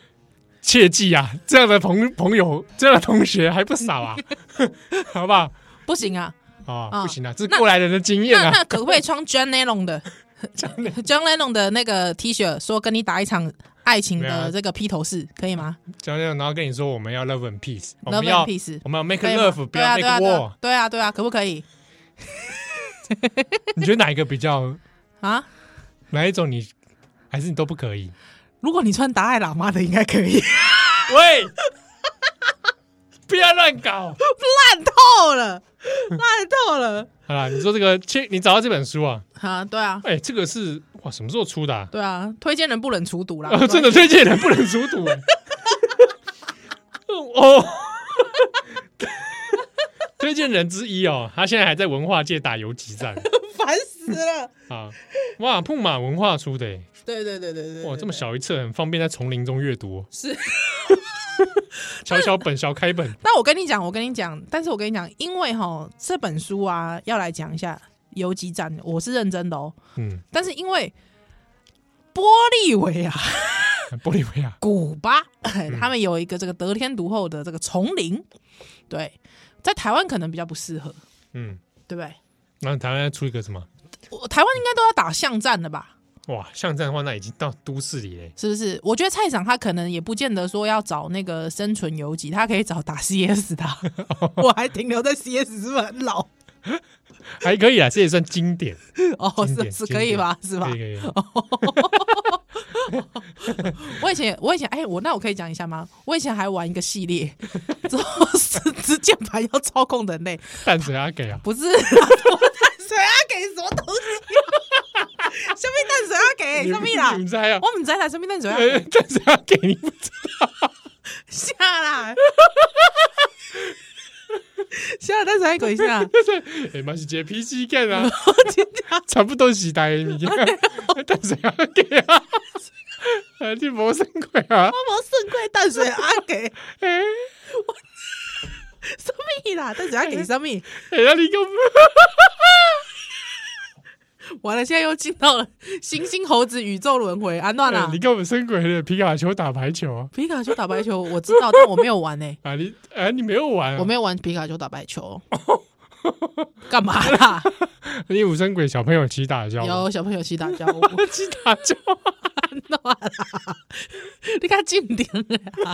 [SPEAKER 3] 切记啊，这样的朋朋友，这样的同学还不少 啊，好不好？
[SPEAKER 2] 不行啊，
[SPEAKER 3] 啊，
[SPEAKER 2] 啊
[SPEAKER 3] 不行啊，这是过来人的经验
[SPEAKER 2] 那
[SPEAKER 3] 啊，
[SPEAKER 2] 那可不可以穿 John Lennon 的 John Lennon 的那个 T 恤，说跟你打一场爱情
[SPEAKER 3] 没有啊
[SPEAKER 2] 的这个披头士，可以吗
[SPEAKER 3] 教练，然后跟你说我们要 love and peace，我
[SPEAKER 2] ？Love
[SPEAKER 3] 们要
[SPEAKER 2] and peace，
[SPEAKER 3] 我们要 make
[SPEAKER 2] 可以吗
[SPEAKER 3] love，不
[SPEAKER 2] 对
[SPEAKER 3] 要
[SPEAKER 2] 啊对
[SPEAKER 3] make
[SPEAKER 2] 啊对
[SPEAKER 3] war
[SPEAKER 2] 啊。对啊对啊，可不可以
[SPEAKER 3] 你觉得哪一个比较？
[SPEAKER 2] 啊？
[SPEAKER 3] 哪一种你还是你都不可以？
[SPEAKER 2] 如果你穿达赖喇嘛的，应该可以。
[SPEAKER 3] 喂， 不要乱搞！
[SPEAKER 2] 烂透了，烂透了。
[SPEAKER 3] 好啦，你说这个，切，你找到这本书啊？
[SPEAKER 2] 啊，对啊，
[SPEAKER 3] 哎、这个是哇，什么时候出的、啊？
[SPEAKER 2] 对啊，推荐人不能除毒啦。
[SPEAKER 3] 呃， 真的推荐人不能熟读、欸。 哦， 推荐人之一哦，他现在还在文化界打游击战
[SPEAKER 2] 烦死了。
[SPEAKER 3] 啊！哇，碰马文化出的、欸，
[SPEAKER 2] 对对对对对对，
[SPEAKER 3] 哇，这
[SPEAKER 2] 对
[SPEAKER 3] 么。小一册，很方便在丛林中阅读、哦。
[SPEAKER 2] 是，
[SPEAKER 3] 小小本，小开本，
[SPEAKER 2] 但我跟你讲，我跟你讲，但是我跟你讲，因为哈这本书啊，要来讲一下游击战，我是认真的哦。
[SPEAKER 3] 嗯，
[SPEAKER 2] 但是因为玻利维亚、
[SPEAKER 3] 玻啊利维亚，
[SPEAKER 2] 古巴， 哎
[SPEAKER 3] 嗯
[SPEAKER 2] 他们有一个这个得天独厚的这个丛林，对，在台湾可能比较不适合，
[SPEAKER 3] 嗯，
[SPEAKER 2] 对不对？
[SPEAKER 3] 然后台湾要出一个什么？
[SPEAKER 2] 我台湾应该都要打巷战的吧？
[SPEAKER 3] 哇，巷战的话，那已经到都市里嘞。
[SPEAKER 2] 是不是？我觉得菜场他可能也不见得说要找那个生存游击，他可以找打 CS 的啊。我还停留在 CS 是不是很老？
[SPEAKER 3] 还可以啊，这也算经典，
[SPEAKER 2] 哦，
[SPEAKER 3] 经典
[SPEAKER 2] 是是可以吧？是吧
[SPEAKER 3] 可以？可以。
[SPEAKER 2] 哦我以前我以前哎，我那我可以讲一下吗？我以前还玩一个 系列，之后是是键盘要操控的很累，
[SPEAKER 3] 淡水阿给啊，
[SPEAKER 2] 不是淡水啊给什么东西、啊？什么淡水啊哦给？
[SPEAKER 3] 你
[SPEAKER 2] 什么啦
[SPEAKER 3] 你？们猜啊？
[SPEAKER 2] 我们在哪？什么淡水啊？
[SPEAKER 3] 呃淡水阿给你不知
[SPEAKER 2] 下啦！下淡水啊给 一下。
[SPEAKER 3] 道，哎嘛是一个 PC 干啊，差不多是台物件，淡水阿给啊，啊你无算过啊？
[SPEAKER 2] 我无算过淡水阿给，
[SPEAKER 3] 哎，
[SPEAKER 2] 什么啦？淡水阿 给什么？
[SPEAKER 3] 哎呀你讲，
[SPEAKER 2] 完了，现在又进到了猩猩猴子宇宙轮回，安 暖啦
[SPEAKER 3] 哎你！跟我们生鬼的皮卡丘打排球啊？
[SPEAKER 2] 皮卡丘打白球我知道，但我没有玩呢、欸
[SPEAKER 3] 啊你啊你没有玩啊？
[SPEAKER 2] 我没有玩皮卡丘打 白球，干嘛啦？
[SPEAKER 3] 你五声鬼小朋友起打交吗，
[SPEAKER 2] 有小朋友去打架，我我
[SPEAKER 3] 起打交，
[SPEAKER 2] 安暖啦！ 你看静定的 啦，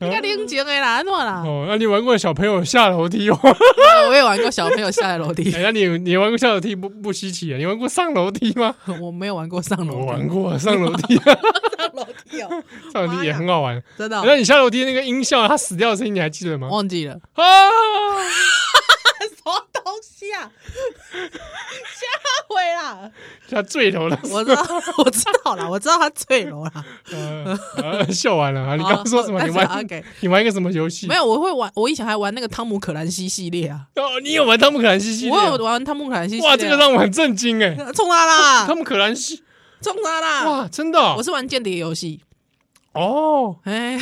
[SPEAKER 2] 你看冷静的啦，安暖啦！
[SPEAKER 3] 哦，那你玩过小朋友下楼梯哦？
[SPEAKER 2] 啊我也玩过小朋友下来楼 梯
[SPEAKER 3] 哎，，那你你玩过下楼梯不不稀奇啊？你玩过上楼梯吗？
[SPEAKER 2] 我没有玩过上
[SPEAKER 3] 我
[SPEAKER 2] 楼
[SPEAKER 3] 玩
[SPEAKER 2] 梯，
[SPEAKER 3] 过啊上楼梯啊，
[SPEAKER 2] 上楼梯哦，
[SPEAKER 3] 上楼梯也很好玩。啊哎
[SPEAKER 2] 真的哦、
[SPEAKER 3] 那你下楼梯那个音效，它死掉的声音你还记得吗？
[SPEAKER 2] 忘记了。
[SPEAKER 3] 啊！
[SPEAKER 2] 什么东西啊？吓毁啦！
[SPEAKER 3] 他坠楼了，
[SPEAKER 2] 我知道，我知道了，我知道他坠楼了。
[SPEAKER 3] 呃啊笑完了啊！你刚刚说什么？
[SPEAKER 2] 但
[SPEAKER 3] 你
[SPEAKER 2] 是
[SPEAKER 3] 玩
[SPEAKER 2] 啊，OK
[SPEAKER 3] 你玩一个什么游戏？
[SPEAKER 2] 没有，我会玩，我以前还玩那个汤姆·可兰西系列啊，
[SPEAKER 3] 哦，你有玩汤姆可兰西系列？
[SPEAKER 2] 我有玩汤姆·可兰西系列啊。
[SPEAKER 3] 哇，这个让我很震惊哎！
[SPEAKER 2] 冲他啦
[SPEAKER 3] 汤！姆可兰西，
[SPEAKER 2] 冲他啦！
[SPEAKER 3] 哇，真的哦
[SPEAKER 2] 啊我是玩间谍游戏，
[SPEAKER 3] 哦，
[SPEAKER 2] 哎，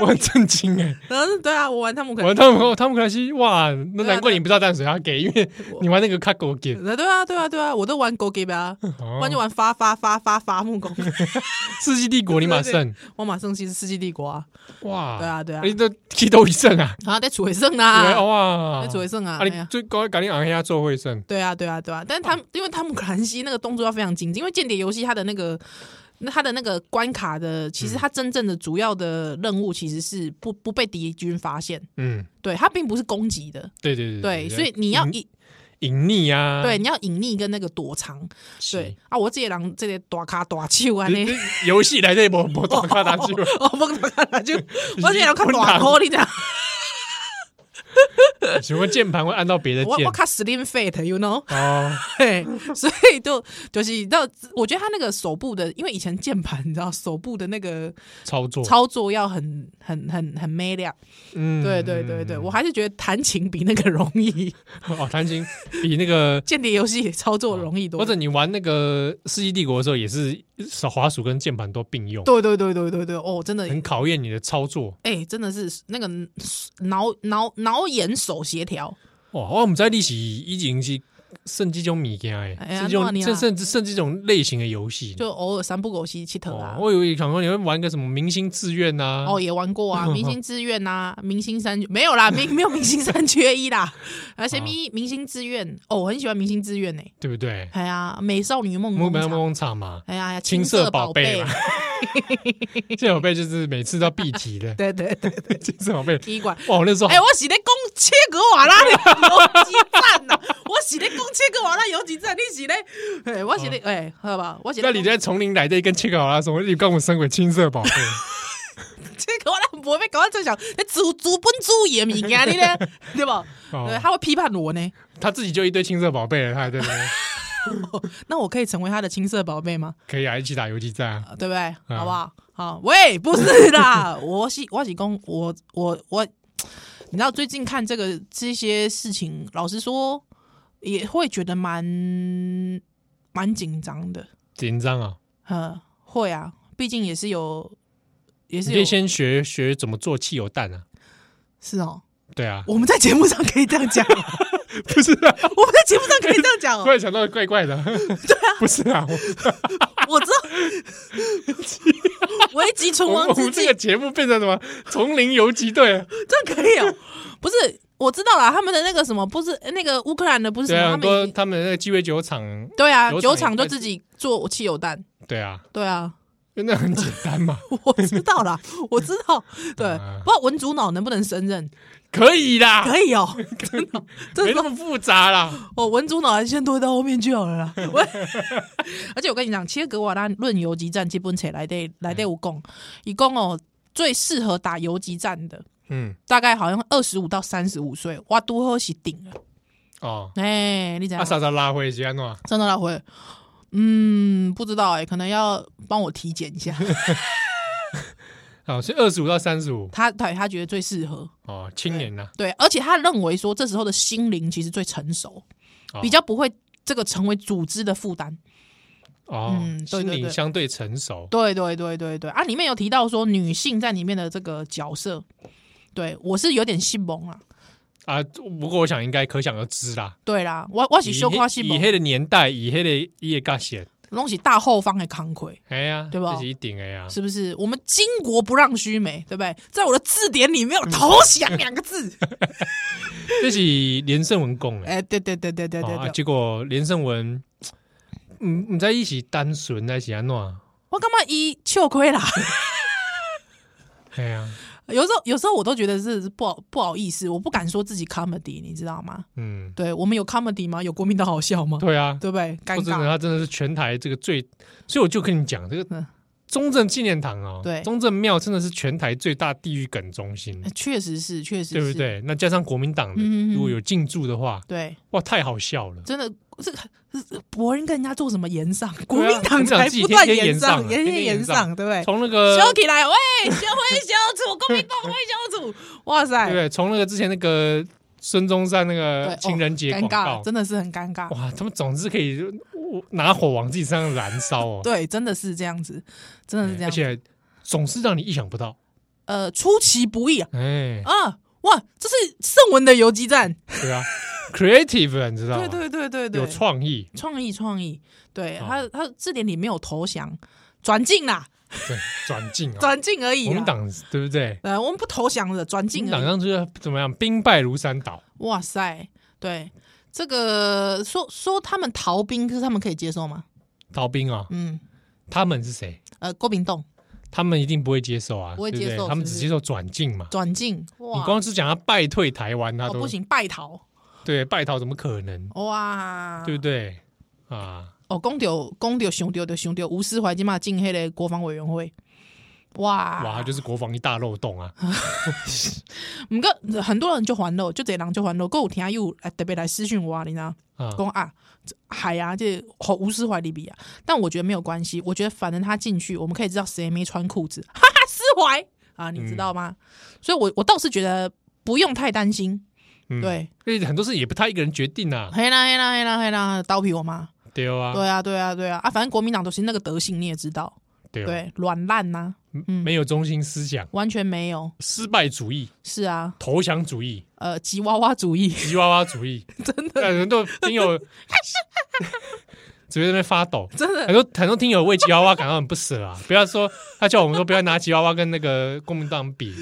[SPEAKER 3] 我很震惊哎！
[SPEAKER 2] 然后 对啊，我玩汤姆·可
[SPEAKER 3] 我玩
[SPEAKER 2] 兰。
[SPEAKER 3] 汤姆哦汤姆可兰西，哇，那
[SPEAKER 2] 对啊
[SPEAKER 3] 难怪你不知道淡水他给，因为
[SPEAKER 2] 我
[SPEAKER 3] 你玩那个卡狗给，
[SPEAKER 2] 对啊，对啊，对啊，我都玩 Go Game 啊，不然就
[SPEAKER 3] 哦，
[SPEAKER 2] 玩发发发发发木工，
[SPEAKER 3] 世纪帝国你马
[SPEAKER 2] 对
[SPEAKER 3] 胜，
[SPEAKER 2] 我马上去世纪帝国啊，
[SPEAKER 3] 哇，
[SPEAKER 2] 对啊对啊
[SPEAKER 3] 你都踢都一胜啊，
[SPEAKER 2] 然后在楚维胜
[SPEAKER 3] 对
[SPEAKER 2] 啊，
[SPEAKER 3] 哇
[SPEAKER 2] 在，楚维胜啊，
[SPEAKER 3] 啊，
[SPEAKER 2] 哎呀
[SPEAKER 3] 你最高赶紧昂下做会胜，
[SPEAKER 2] 对啊，对啊，对啊，但是他因为汤姆克 兰西那个动作要非常精致，因为间谍游戏它的那个。那它的那个关卡的，其实它真正的主要的任务其实是不不被敌军发现，
[SPEAKER 3] 嗯，
[SPEAKER 2] 对，它并不是攻击的，
[SPEAKER 3] 对对
[SPEAKER 2] 对，嗯所以你要隐，
[SPEAKER 3] 隐匿啊，
[SPEAKER 2] 对，，你要隐匿跟那个躲藏，对啊，我这些人这些大卡大手啊，
[SPEAKER 3] 这
[SPEAKER 2] 你
[SPEAKER 3] 这游戏来这波波打卡打去，
[SPEAKER 2] 哦， 我大卡大 手，我这些人看
[SPEAKER 3] 昏
[SPEAKER 2] 大
[SPEAKER 3] 倒
[SPEAKER 2] 口，你知道，
[SPEAKER 3] 请问键盘会按到别的
[SPEAKER 2] 我
[SPEAKER 3] 键
[SPEAKER 2] 我？看 slim fit，you know，
[SPEAKER 3] 哦，
[SPEAKER 2] 对，所以就就是到，我觉得他那个手部的，因为以前键盘你知道手部的那个
[SPEAKER 3] 操作，
[SPEAKER 2] 操作要很很很很美亮，
[SPEAKER 3] 嗯
[SPEAKER 2] 对对对对，我还是觉得弹琴比那个容易，
[SPEAKER 3] 哦，弹琴比那个
[SPEAKER 2] 间谍游戏操作容易多。
[SPEAKER 3] 或者你玩那个《世纪帝国》的时候，也是手滑鼠跟键盘都并用，
[SPEAKER 2] 对对对对对对，哦，真的，
[SPEAKER 3] 很考验你的操作。
[SPEAKER 2] 哎、真的是那个脑脑脑脑眼手协调，
[SPEAKER 3] 哇，哦我们在历史已经是剩这种米件哎，
[SPEAKER 2] 哎呀
[SPEAKER 3] 这种
[SPEAKER 2] 哪里啊
[SPEAKER 3] 甚甚至甚至这种类型的游戏，
[SPEAKER 2] 就偶尔三不狗西去特
[SPEAKER 3] 哦
[SPEAKER 2] 啊，。
[SPEAKER 3] 我以为想说你会玩个什么明星志愿呐，
[SPEAKER 2] 哦，也玩过 啊，明星志愿呐、明星三没有啦，明没有明星三缺一啦，而且咪明星志愿哦，我很喜欢明星志愿呢、
[SPEAKER 3] 对不对？
[SPEAKER 2] 哎呀，美少女梦
[SPEAKER 3] 木
[SPEAKER 2] 工
[SPEAKER 3] 本
[SPEAKER 2] 厂
[SPEAKER 3] 梦，工厂嘛，
[SPEAKER 2] 哎呀，
[SPEAKER 3] 青
[SPEAKER 2] 色
[SPEAKER 3] 色宝贝
[SPEAKER 2] 贝
[SPEAKER 3] 嘛，这宝贝就是每次都要必提 的，
[SPEAKER 2] 对对对，
[SPEAKER 3] 金色宝贝。
[SPEAKER 2] 第一关。
[SPEAKER 3] 哇，哦我那时候
[SPEAKER 2] 哎、我洗的攻切格瓦拉的游击战呐、啊我洗的攻切格瓦拉游击战，你洗的，哎、我洗的，哎、好吧，我洗
[SPEAKER 3] 嗯那
[SPEAKER 2] 的
[SPEAKER 3] 你在丛林来的一根切克瓦拉松，你跟我生过青色宝 贝，
[SPEAKER 2] 切格瓦拉不会搞到这想，那祖祖本主义的物件，你呢，对吧？
[SPEAKER 3] 哦
[SPEAKER 2] 对，他会批判我呢，
[SPEAKER 3] 他自己就一堆青色宝贝了，他还在那边
[SPEAKER 2] 那我可以成为他的青色宝贝吗？
[SPEAKER 3] 可以啊，一起打游击战 啊，
[SPEAKER 2] 对不对？
[SPEAKER 3] 嗯
[SPEAKER 2] 好不好？好，喂，不 是啦，我是我是公，我我我，你知道最近看这个这些事情，老实说也会觉得蛮蛮紧张的，
[SPEAKER 3] 紧张啊！
[SPEAKER 2] 呃，会啊，毕竟也是有也
[SPEAKER 3] 你
[SPEAKER 2] 是
[SPEAKER 3] 可以
[SPEAKER 2] 有
[SPEAKER 3] 先学学怎么做汽油弹啊，
[SPEAKER 2] 是哦，
[SPEAKER 3] 对啊，
[SPEAKER 2] 我们在节目上可以这 样讲，我
[SPEAKER 3] 不是啊，
[SPEAKER 2] 们在节目上可以这样讲
[SPEAKER 3] 突
[SPEAKER 2] 哦，
[SPEAKER 3] 然想到怪怪 的，对啊， 不是啊，我
[SPEAKER 2] 我知道，危急存
[SPEAKER 3] 我
[SPEAKER 2] 亡
[SPEAKER 3] 我
[SPEAKER 2] 之
[SPEAKER 3] 们
[SPEAKER 2] 际
[SPEAKER 3] 这个，节目变成什么丛林游击队？
[SPEAKER 2] 这样可以哦，不是。我知道了，他们的那个什么，不是那个乌克兰的， 不是什
[SPEAKER 3] 对
[SPEAKER 2] 么，
[SPEAKER 3] 啊，
[SPEAKER 2] 他
[SPEAKER 3] 很
[SPEAKER 2] 们已
[SPEAKER 3] 多
[SPEAKER 2] 经
[SPEAKER 3] 他们那个鸡尾酒厂，
[SPEAKER 2] 对啊，
[SPEAKER 3] 酒厂
[SPEAKER 2] 酒
[SPEAKER 3] 也
[SPEAKER 2] 厂就
[SPEAKER 3] 开
[SPEAKER 2] 自
[SPEAKER 3] 始
[SPEAKER 2] 己做汽油弹。
[SPEAKER 3] 对啊，
[SPEAKER 2] 对啊，
[SPEAKER 3] 那很简单嘛，
[SPEAKER 2] 我知 道啦，我知道。 对，
[SPEAKER 3] 啊
[SPEAKER 2] 不知道文主脑能不能胜任？
[SPEAKER 3] 可以啦，
[SPEAKER 2] 可 以哦，真的，
[SPEAKER 3] 没
[SPEAKER 2] 真
[SPEAKER 3] 那
[SPEAKER 2] 的，
[SPEAKER 3] 么复杂啦，
[SPEAKER 2] 我哦文主脑还是先推到后面去好了 啦。我而且我跟你讲，切格瓦拉论游击战基本起来得来得无共，一共哦最适合打游击战的。
[SPEAKER 3] 嗯，
[SPEAKER 2] 大概好像二十五到三十五岁，哇，多喝是顶了。
[SPEAKER 3] 哦，
[SPEAKER 2] 哎、你怎
[SPEAKER 3] 那
[SPEAKER 2] 样？
[SPEAKER 3] 啥啥拉回去安诺，
[SPEAKER 2] 真的来回，嗯，不知道哎、可能要帮我体检一 下。
[SPEAKER 3] 哦，是二十五到三十五，
[SPEAKER 2] 他他他觉得最适合，
[SPEAKER 3] 哦，青年呐，
[SPEAKER 2] 对，而且他认为说这时候的心灵其实最成熟，
[SPEAKER 3] 哦
[SPEAKER 2] 比较不会这个成为组织的负担。
[SPEAKER 3] 哦，
[SPEAKER 2] 嗯对
[SPEAKER 3] 心
[SPEAKER 2] 对
[SPEAKER 3] 灵
[SPEAKER 2] 对
[SPEAKER 3] 相对成熟，
[SPEAKER 2] 对对对对对啊！里面有提到说女性在里面的这个角色，对我是有点信蒙啊。
[SPEAKER 3] 啊，不过我想应该可想而知啦。
[SPEAKER 2] 对啦，我我是
[SPEAKER 3] 以
[SPEAKER 2] 修
[SPEAKER 3] 那
[SPEAKER 2] 夸信
[SPEAKER 3] 以
[SPEAKER 2] 蒙，
[SPEAKER 3] 迄个年代，以迄个伊个界限，
[SPEAKER 2] 拢是大后方的康魁，
[SPEAKER 3] 哎呀，
[SPEAKER 2] 对吧
[SPEAKER 3] 这是一定的呀。
[SPEAKER 2] 是不是？我们巾帼不让须眉，对不对？在我的字典里没有投
[SPEAKER 3] 嗯
[SPEAKER 2] 降两 个字。
[SPEAKER 3] 这是连胜文讲的，
[SPEAKER 2] 哎、对对对对对对
[SPEAKER 3] 哦啊
[SPEAKER 2] 对，
[SPEAKER 3] 结果连胜文，嗯，唔知一起单纯还是安怎？
[SPEAKER 2] 我干嘛一秋亏啦？
[SPEAKER 3] 哎呀，
[SPEAKER 2] 有时候有时候我都觉得是不好不好意思，我不敢说自己 comedy，你知道吗？
[SPEAKER 3] 嗯，
[SPEAKER 2] 对我们有 comedy 吗？有国民的好笑吗？
[SPEAKER 3] 对啊，
[SPEAKER 2] 对不对？尴
[SPEAKER 3] 说真的，
[SPEAKER 2] 尬。
[SPEAKER 3] 他真的是全台这个最，所以我就跟你讲，这
[SPEAKER 2] 嗯
[SPEAKER 3] 个中正纪念堂啊，
[SPEAKER 2] 对
[SPEAKER 3] 中正庙真的是全台最大地域梗中心
[SPEAKER 2] 呃，确实是，确实是，
[SPEAKER 3] 对不？对？那加上国民党的
[SPEAKER 2] 嗯嗯嗯
[SPEAKER 3] 如果有进驻的话，
[SPEAKER 2] 对，
[SPEAKER 3] 哇，太好笑了。
[SPEAKER 2] 真的，这个这国人跟人家做什么延上，国
[SPEAKER 3] 对啊
[SPEAKER 2] 民党
[SPEAKER 3] 国民党
[SPEAKER 2] 才
[SPEAKER 3] 自己
[SPEAKER 2] 不断
[SPEAKER 3] 天天
[SPEAKER 2] 延
[SPEAKER 3] 延上
[SPEAKER 2] 上，
[SPEAKER 3] 啊
[SPEAKER 2] 天
[SPEAKER 3] 天天
[SPEAKER 2] 延
[SPEAKER 3] 延
[SPEAKER 2] 上，
[SPEAKER 3] 上呃
[SPEAKER 2] 对不对？
[SPEAKER 3] 从那个
[SPEAKER 2] 修起来，喂，学会小组，国民党会 小组，哇塞，
[SPEAKER 3] 对不对？从那个之前那个孙中山那
[SPEAKER 2] 对
[SPEAKER 3] 个
[SPEAKER 2] 哦
[SPEAKER 3] 情人节
[SPEAKER 2] 尴
[SPEAKER 3] 广告
[SPEAKER 2] 尬，，真的是很尴尬。
[SPEAKER 3] 哇，他们总是可以拿火往自己身上燃烧哦，
[SPEAKER 2] 对，真的是这样子，真的是这
[SPEAKER 3] 而
[SPEAKER 2] 样子，
[SPEAKER 3] 且总是让你意想不到，
[SPEAKER 2] 呃，出其不意啊！
[SPEAKER 3] 哎，
[SPEAKER 2] 啊，哇，这是圣文的游击战，
[SPEAKER 3] 对啊，creative，你知啊道吗？
[SPEAKER 2] 对对对对对，
[SPEAKER 3] 有创意，
[SPEAKER 2] 创意创意，对
[SPEAKER 3] 哦
[SPEAKER 2] 他他字典里没有投降，转进啦，
[SPEAKER 3] 对，转进啊，
[SPEAKER 2] 转进而已啦。
[SPEAKER 3] 我们党对不对？
[SPEAKER 2] 呃，我们不投降的，转
[SPEAKER 3] 我们
[SPEAKER 2] 进
[SPEAKER 3] 党
[SPEAKER 2] 而已。
[SPEAKER 3] 上就是怎么样，兵败如山倒，
[SPEAKER 2] 哇塞，对这个说说他们逃兵，可是他们可以接受吗？
[SPEAKER 3] 逃兵啊，
[SPEAKER 2] 嗯，
[SPEAKER 3] 他们是谁？
[SPEAKER 2] 呃，郭炳栋
[SPEAKER 3] 他们一定不会接受啊，
[SPEAKER 2] 不会
[SPEAKER 3] 对不
[SPEAKER 2] 接
[SPEAKER 3] 对
[SPEAKER 2] 受
[SPEAKER 3] 他们
[SPEAKER 2] 是
[SPEAKER 3] 只
[SPEAKER 2] 不是
[SPEAKER 3] 接受转进嘛。
[SPEAKER 2] 转进，哇，
[SPEAKER 3] 你光是讲他败退台湾，他
[SPEAKER 2] 哦
[SPEAKER 3] 都
[SPEAKER 2] 不行，败逃，
[SPEAKER 3] 对败逃怎么可能？
[SPEAKER 2] 哇，
[SPEAKER 3] 对不对？啊，
[SPEAKER 2] 哦，公丢公丢熊丢丢熊丢，吴思怀今嘛进黑的国防委员会，哇
[SPEAKER 3] 哇，就是国防一大漏洞啊！
[SPEAKER 2] 唔过很多人就还了，就这人就还了，还有听友呃特别来私讯我，你知道。
[SPEAKER 3] 啊，
[SPEAKER 2] 讲啊，海啊，这好无视怀利比啊，但我觉得没有关系，我觉得反正他进去，我们可以知道谁没穿裤子，哈 哈，释怀啊，你知道
[SPEAKER 3] 嗯
[SPEAKER 2] 吗？所以我我倒是觉得不用太担心，
[SPEAKER 3] 嗯，
[SPEAKER 2] 对，
[SPEAKER 3] 因为很多事也不他一个人决定啊，
[SPEAKER 2] 黑啦黑啦黑啦黑啦，刀皮我妈，
[SPEAKER 3] 对啊，
[SPEAKER 2] 对啊对啊对啊啊，反正国民党都是那个德性，你也知道，
[SPEAKER 3] 对哦，
[SPEAKER 2] 对，软烂呐，嗯
[SPEAKER 3] 没有中心思想，
[SPEAKER 2] 完全没有。
[SPEAKER 3] 失败主义、
[SPEAKER 2] 是啊，
[SPEAKER 3] 投降主义、
[SPEAKER 2] 呃，吉娃娃主义，
[SPEAKER 3] 吉娃娃主义，真的，很多听友只会在那边发抖，
[SPEAKER 2] 真的
[SPEAKER 3] 很多很多听友为吉娃娃感到很不舍啊！不要说他叫我们说不要拿吉娃娃跟那个国民党比，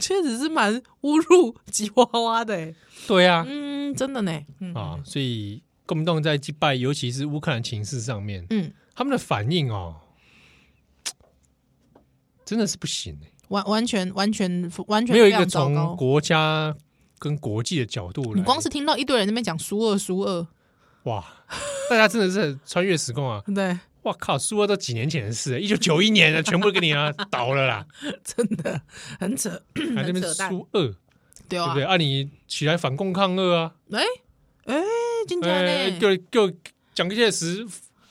[SPEAKER 2] 确实是蛮侮辱吉娃娃的欸。
[SPEAKER 3] 对啊，
[SPEAKER 2] 嗯，真的呢。嗯
[SPEAKER 3] 啊，所以国民党在击败，尤其是乌克兰情势上面，
[SPEAKER 2] 嗯，
[SPEAKER 3] 他们的反应哦，真的是不行欸、
[SPEAKER 2] 完完全完全完全
[SPEAKER 3] 没有一
[SPEAKER 2] 非
[SPEAKER 3] 个
[SPEAKER 2] 常糟糕
[SPEAKER 3] 从国家跟国际的角度来，
[SPEAKER 2] 你光是听到一堆人在那边讲苏二苏二，
[SPEAKER 3] 哇，大家真的是穿越时空啊！
[SPEAKER 2] 对，
[SPEAKER 3] 哇靠，苏俄都几年前的事，欸一九九一年了，全部给你 啊倒了啦，
[SPEAKER 2] 真的很扯，
[SPEAKER 3] 还在那
[SPEAKER 2] 很
[SPEAKER 3] 边
[SPEAKER 2] 嗯扯淡，
[SPEAKER 3] 苏俄，
[SPEAKER 2] 对
[SPEAKER 3] 对不
[SPEAKER 2] 啊
[SPEAKER 3] 对？，啊，你起来反共抗俄啊！
[SPEAKER 2] 哎哎，今
[SPEAKER 3] 哎，
[SPEAKER 2] 天呢，
[SPEAKER 3] 就就蒋介石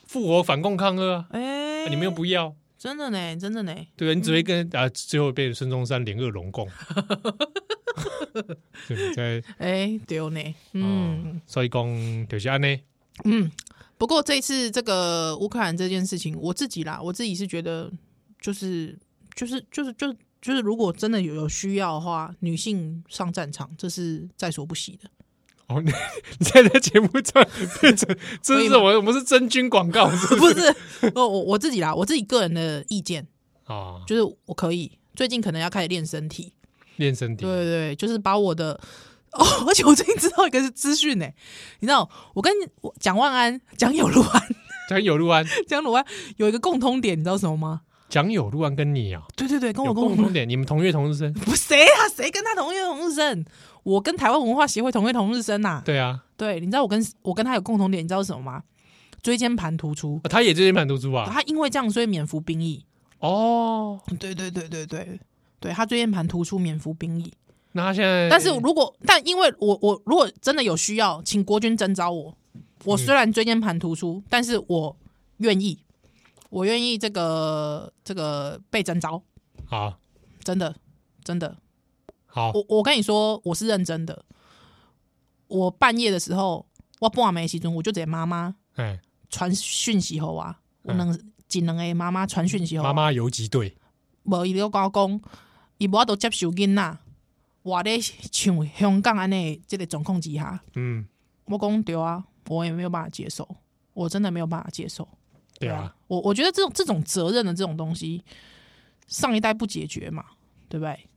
[SPEAKER 3] 复活反共抗俄啊，
[SPEAKER 2] 哎，
[SPEAKER 3] 啊你们又不要，
[SPEAKER 2] 真的呢，真的呢，
[SPEAKER 3] 对不对？你只
[SPEAKER 2] 嗯
[SPEAKER 3] 会跟啊，最后被孙中山联俄拢 共，对不对？
[SPEAKER 2] 哎，丢呢，嗯
[SPEAKER 3] 嗯，所以讲就是安呢，
[SPEAKER 2] 嗯。不过这次这个乌克兰这件事情，我自己啦，我自己是觉得就是就是就是就是就是，如果真的有有需要的话，女性上战场这是在所不 惜的。
[SPEAKER 3] 哦，你你现在在节目上变成
[SPEAKER 2] 可
[SPEAKER 3] 真
[SPEAKER 2] 以
[SPEAKER 3] 是
[SPEAKER 2] 吗
[SPEAKER 3] 我们是真军广告是不
[SPEAKER 2] 不
[SPEAKER 3] 是
[SPEAKER 2] 是，我我我自己啦，我自己个人的意见
[SPEAKER 3] 啊？
[SPEAKER 2] 就是我可以，最近可能要开始练身体，
[SPEAKER 3] 练身体
[SPEAKER 2] 对对对，就是把我的。 哦，而且我最近知道一个是资讯呢，你知道，我跟我蒋万安、蒋友禄安、
[SPEAKER 3] 蒋友禄安，
[SPEAKER 2] 蒋鲁安有一个共通点，你知道什么吗？
[SPEAKER 3] 蒋友禄安跟你啊，
[SPEAKER 2] 对对对，跟
[SPEAKER 3] 有
[SPEAKER 2] 我跟
[SPEAKER 3] 共
[SPEAKER 2] 我
[SPEAKER 3] 同点，你们同月同日生，
[SPEAKER 2] 不谁啊？谁跟他同月同日生？我跟台湾文化协会同月同日生呐、
[SPEAKER 3] 对啊，
[SPEAKER 2] 对，你知道我跟我跟他有共同点，你知道是什么吗？椎间盘突出。
[SPEAKER 3] 啊他也最近满读书啊，
[SPEAKER 2] 他因为这样，所以免服兵役。
[SPEAKER 3] 哦，
[SPEAKER 2] 对对对对对，对他椎间盘突出免服兵役。
[SPEAKER 3] 那他现在
[SPEAKER 2] 但是如果但因为我我如果真的有需要，请国军征召我。我虽然椎间盘突出，但是我愿意，我愿意这个这个被征召，
[SPEAKER 3] 好
[SPEAKER 2] 真的真的。
[SPEAKER 3] 好
[SPEAKER 2] 我我跟你说，我是认真的。我半夜的时候，我半暝的时阵，我就给妈妈
[SPEAKER 3] 哎，
[SPEAKER 2] 传讯息给我，啊我
[SPEAKER 3] 嗯
[SPEAKER 2] 能仅能给妈妈传讯息给我
[SPEAKER 3] 妈妈游击队。
[SPEAKER 2] 无伊就甲我讲，伊无法度接受囡仔活咧像香港安尼即个状况之下，
[SPEAKER 3] 嗯，
[SPEAKER 2] 我讲对啊，我也没有办法接受，我真的没有办法接受。
[SPEAKER 3] 对啊，，
[SPEAKER 2] 我我觉得这种这种责任的这种东西，上一代不解决嘛，对不对？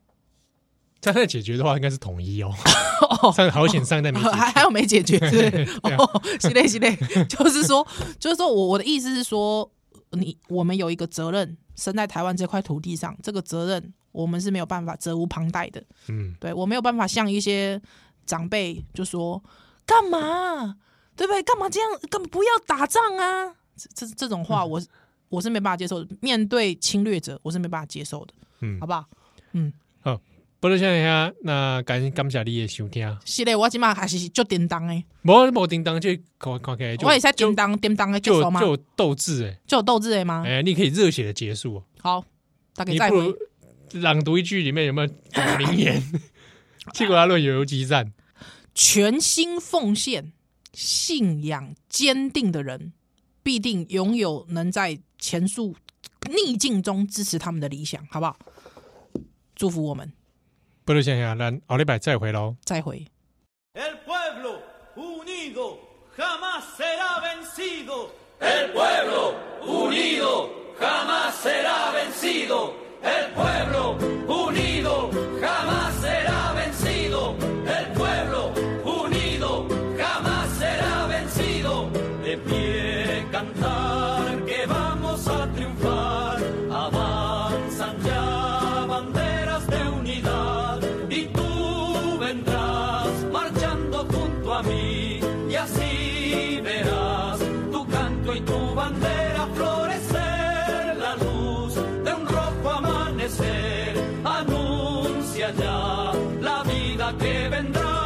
[SPEAKER 3] 这样解决的话，应该是统一哦。 上好险上一代没解
[SPEAKER 2] 还
[SPEAKER 3] 决，
[SPEAKER 2] 还有没解决？是不 是哦，系列系列，就是说，就是说我我的意思是说，你我们有一个责任，生在台湾这块土地上，这个责任我们是没有办法责无旁贷的。
[SPEAKER 3] 嗯，
[SPEAKER 2] 对我没有办法像一些长辈就说干嘛，啊对不对？干嘛这样？干嘛不要打仗啊？这这这种
[SPEAKER 3] 嗯
[SPEAKER 2] 话我是，我是没办法接受的。面对侵略者，我是没办法接受的。
[SPEAKER 3] 嗯
[SPEAKER 2] 好不好？
[SPEAKER 3] 不如像一下，那感感谢你的收听。
[SPEAKER 2] 是嘞，我起码还是就叮当诶，
[SPEAKER 3] 无无叮当就看看起来就
[SPEAKER 2] 我也在
[SPEAKER 3] 哎就
[SPEAKER 2] 叮当叮当诶，接
[SPEAKER 3] 就
[SPEAKER 2] 受吗？
[SPEAKER 3] 就有斗志哎
[SPEAKER 2] 就有斗志诶吗？
[SPEAKER 3] 哎，你可以热血的结束哦，
[SPEAKER 2] 好，大概
[SPEAKER 3] 你
[SPEAKER 2] 啊再
[SPEAKER 3] 不
[SPEAKER 2] 会
[SPEAKER 3] 如。朗读一句里面有没有名言？ 结果他论有游击战，
[SPEAKER 2] 全心奉献、信仰坚定的人，必定拥有能在前述逆境中支持他们的理想，好不好？祝福我们，
[SPEAKER 3] 不如像一下，啊咱后礼拜再回喽。
[SPEAKER 2] 再会。
[SPEAKER 1] El pueblo unido jamás será vencido.
[SPEAKER 4] El pueblo unido jamás será vencido. El pueblo unido jamás será vencido. El pueblo unido jamás será vencido. De pie cantar que vamos a triunfar. Avanzan ya banderas de unidad y tú vendrás marchando junto a mí y así verás tu canto y tu bandera florecer la luz de un rojo amanecer anuncia ya la vida que vendrá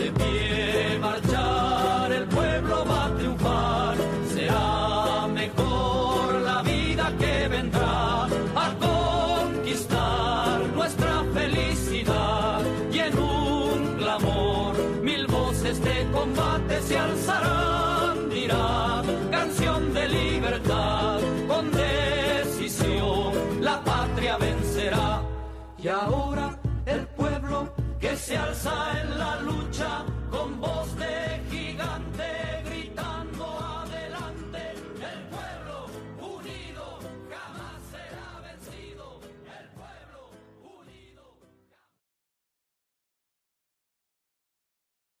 [SPEAKER 4] de pie marchar el pueblo va a triunfar será mejor la vida que vendrá a conquistar nuestra felicidad y en un clamor mil voces de combate se alzarán dirán canción de libertad con decisión Y ahora el pueblo que se alza en la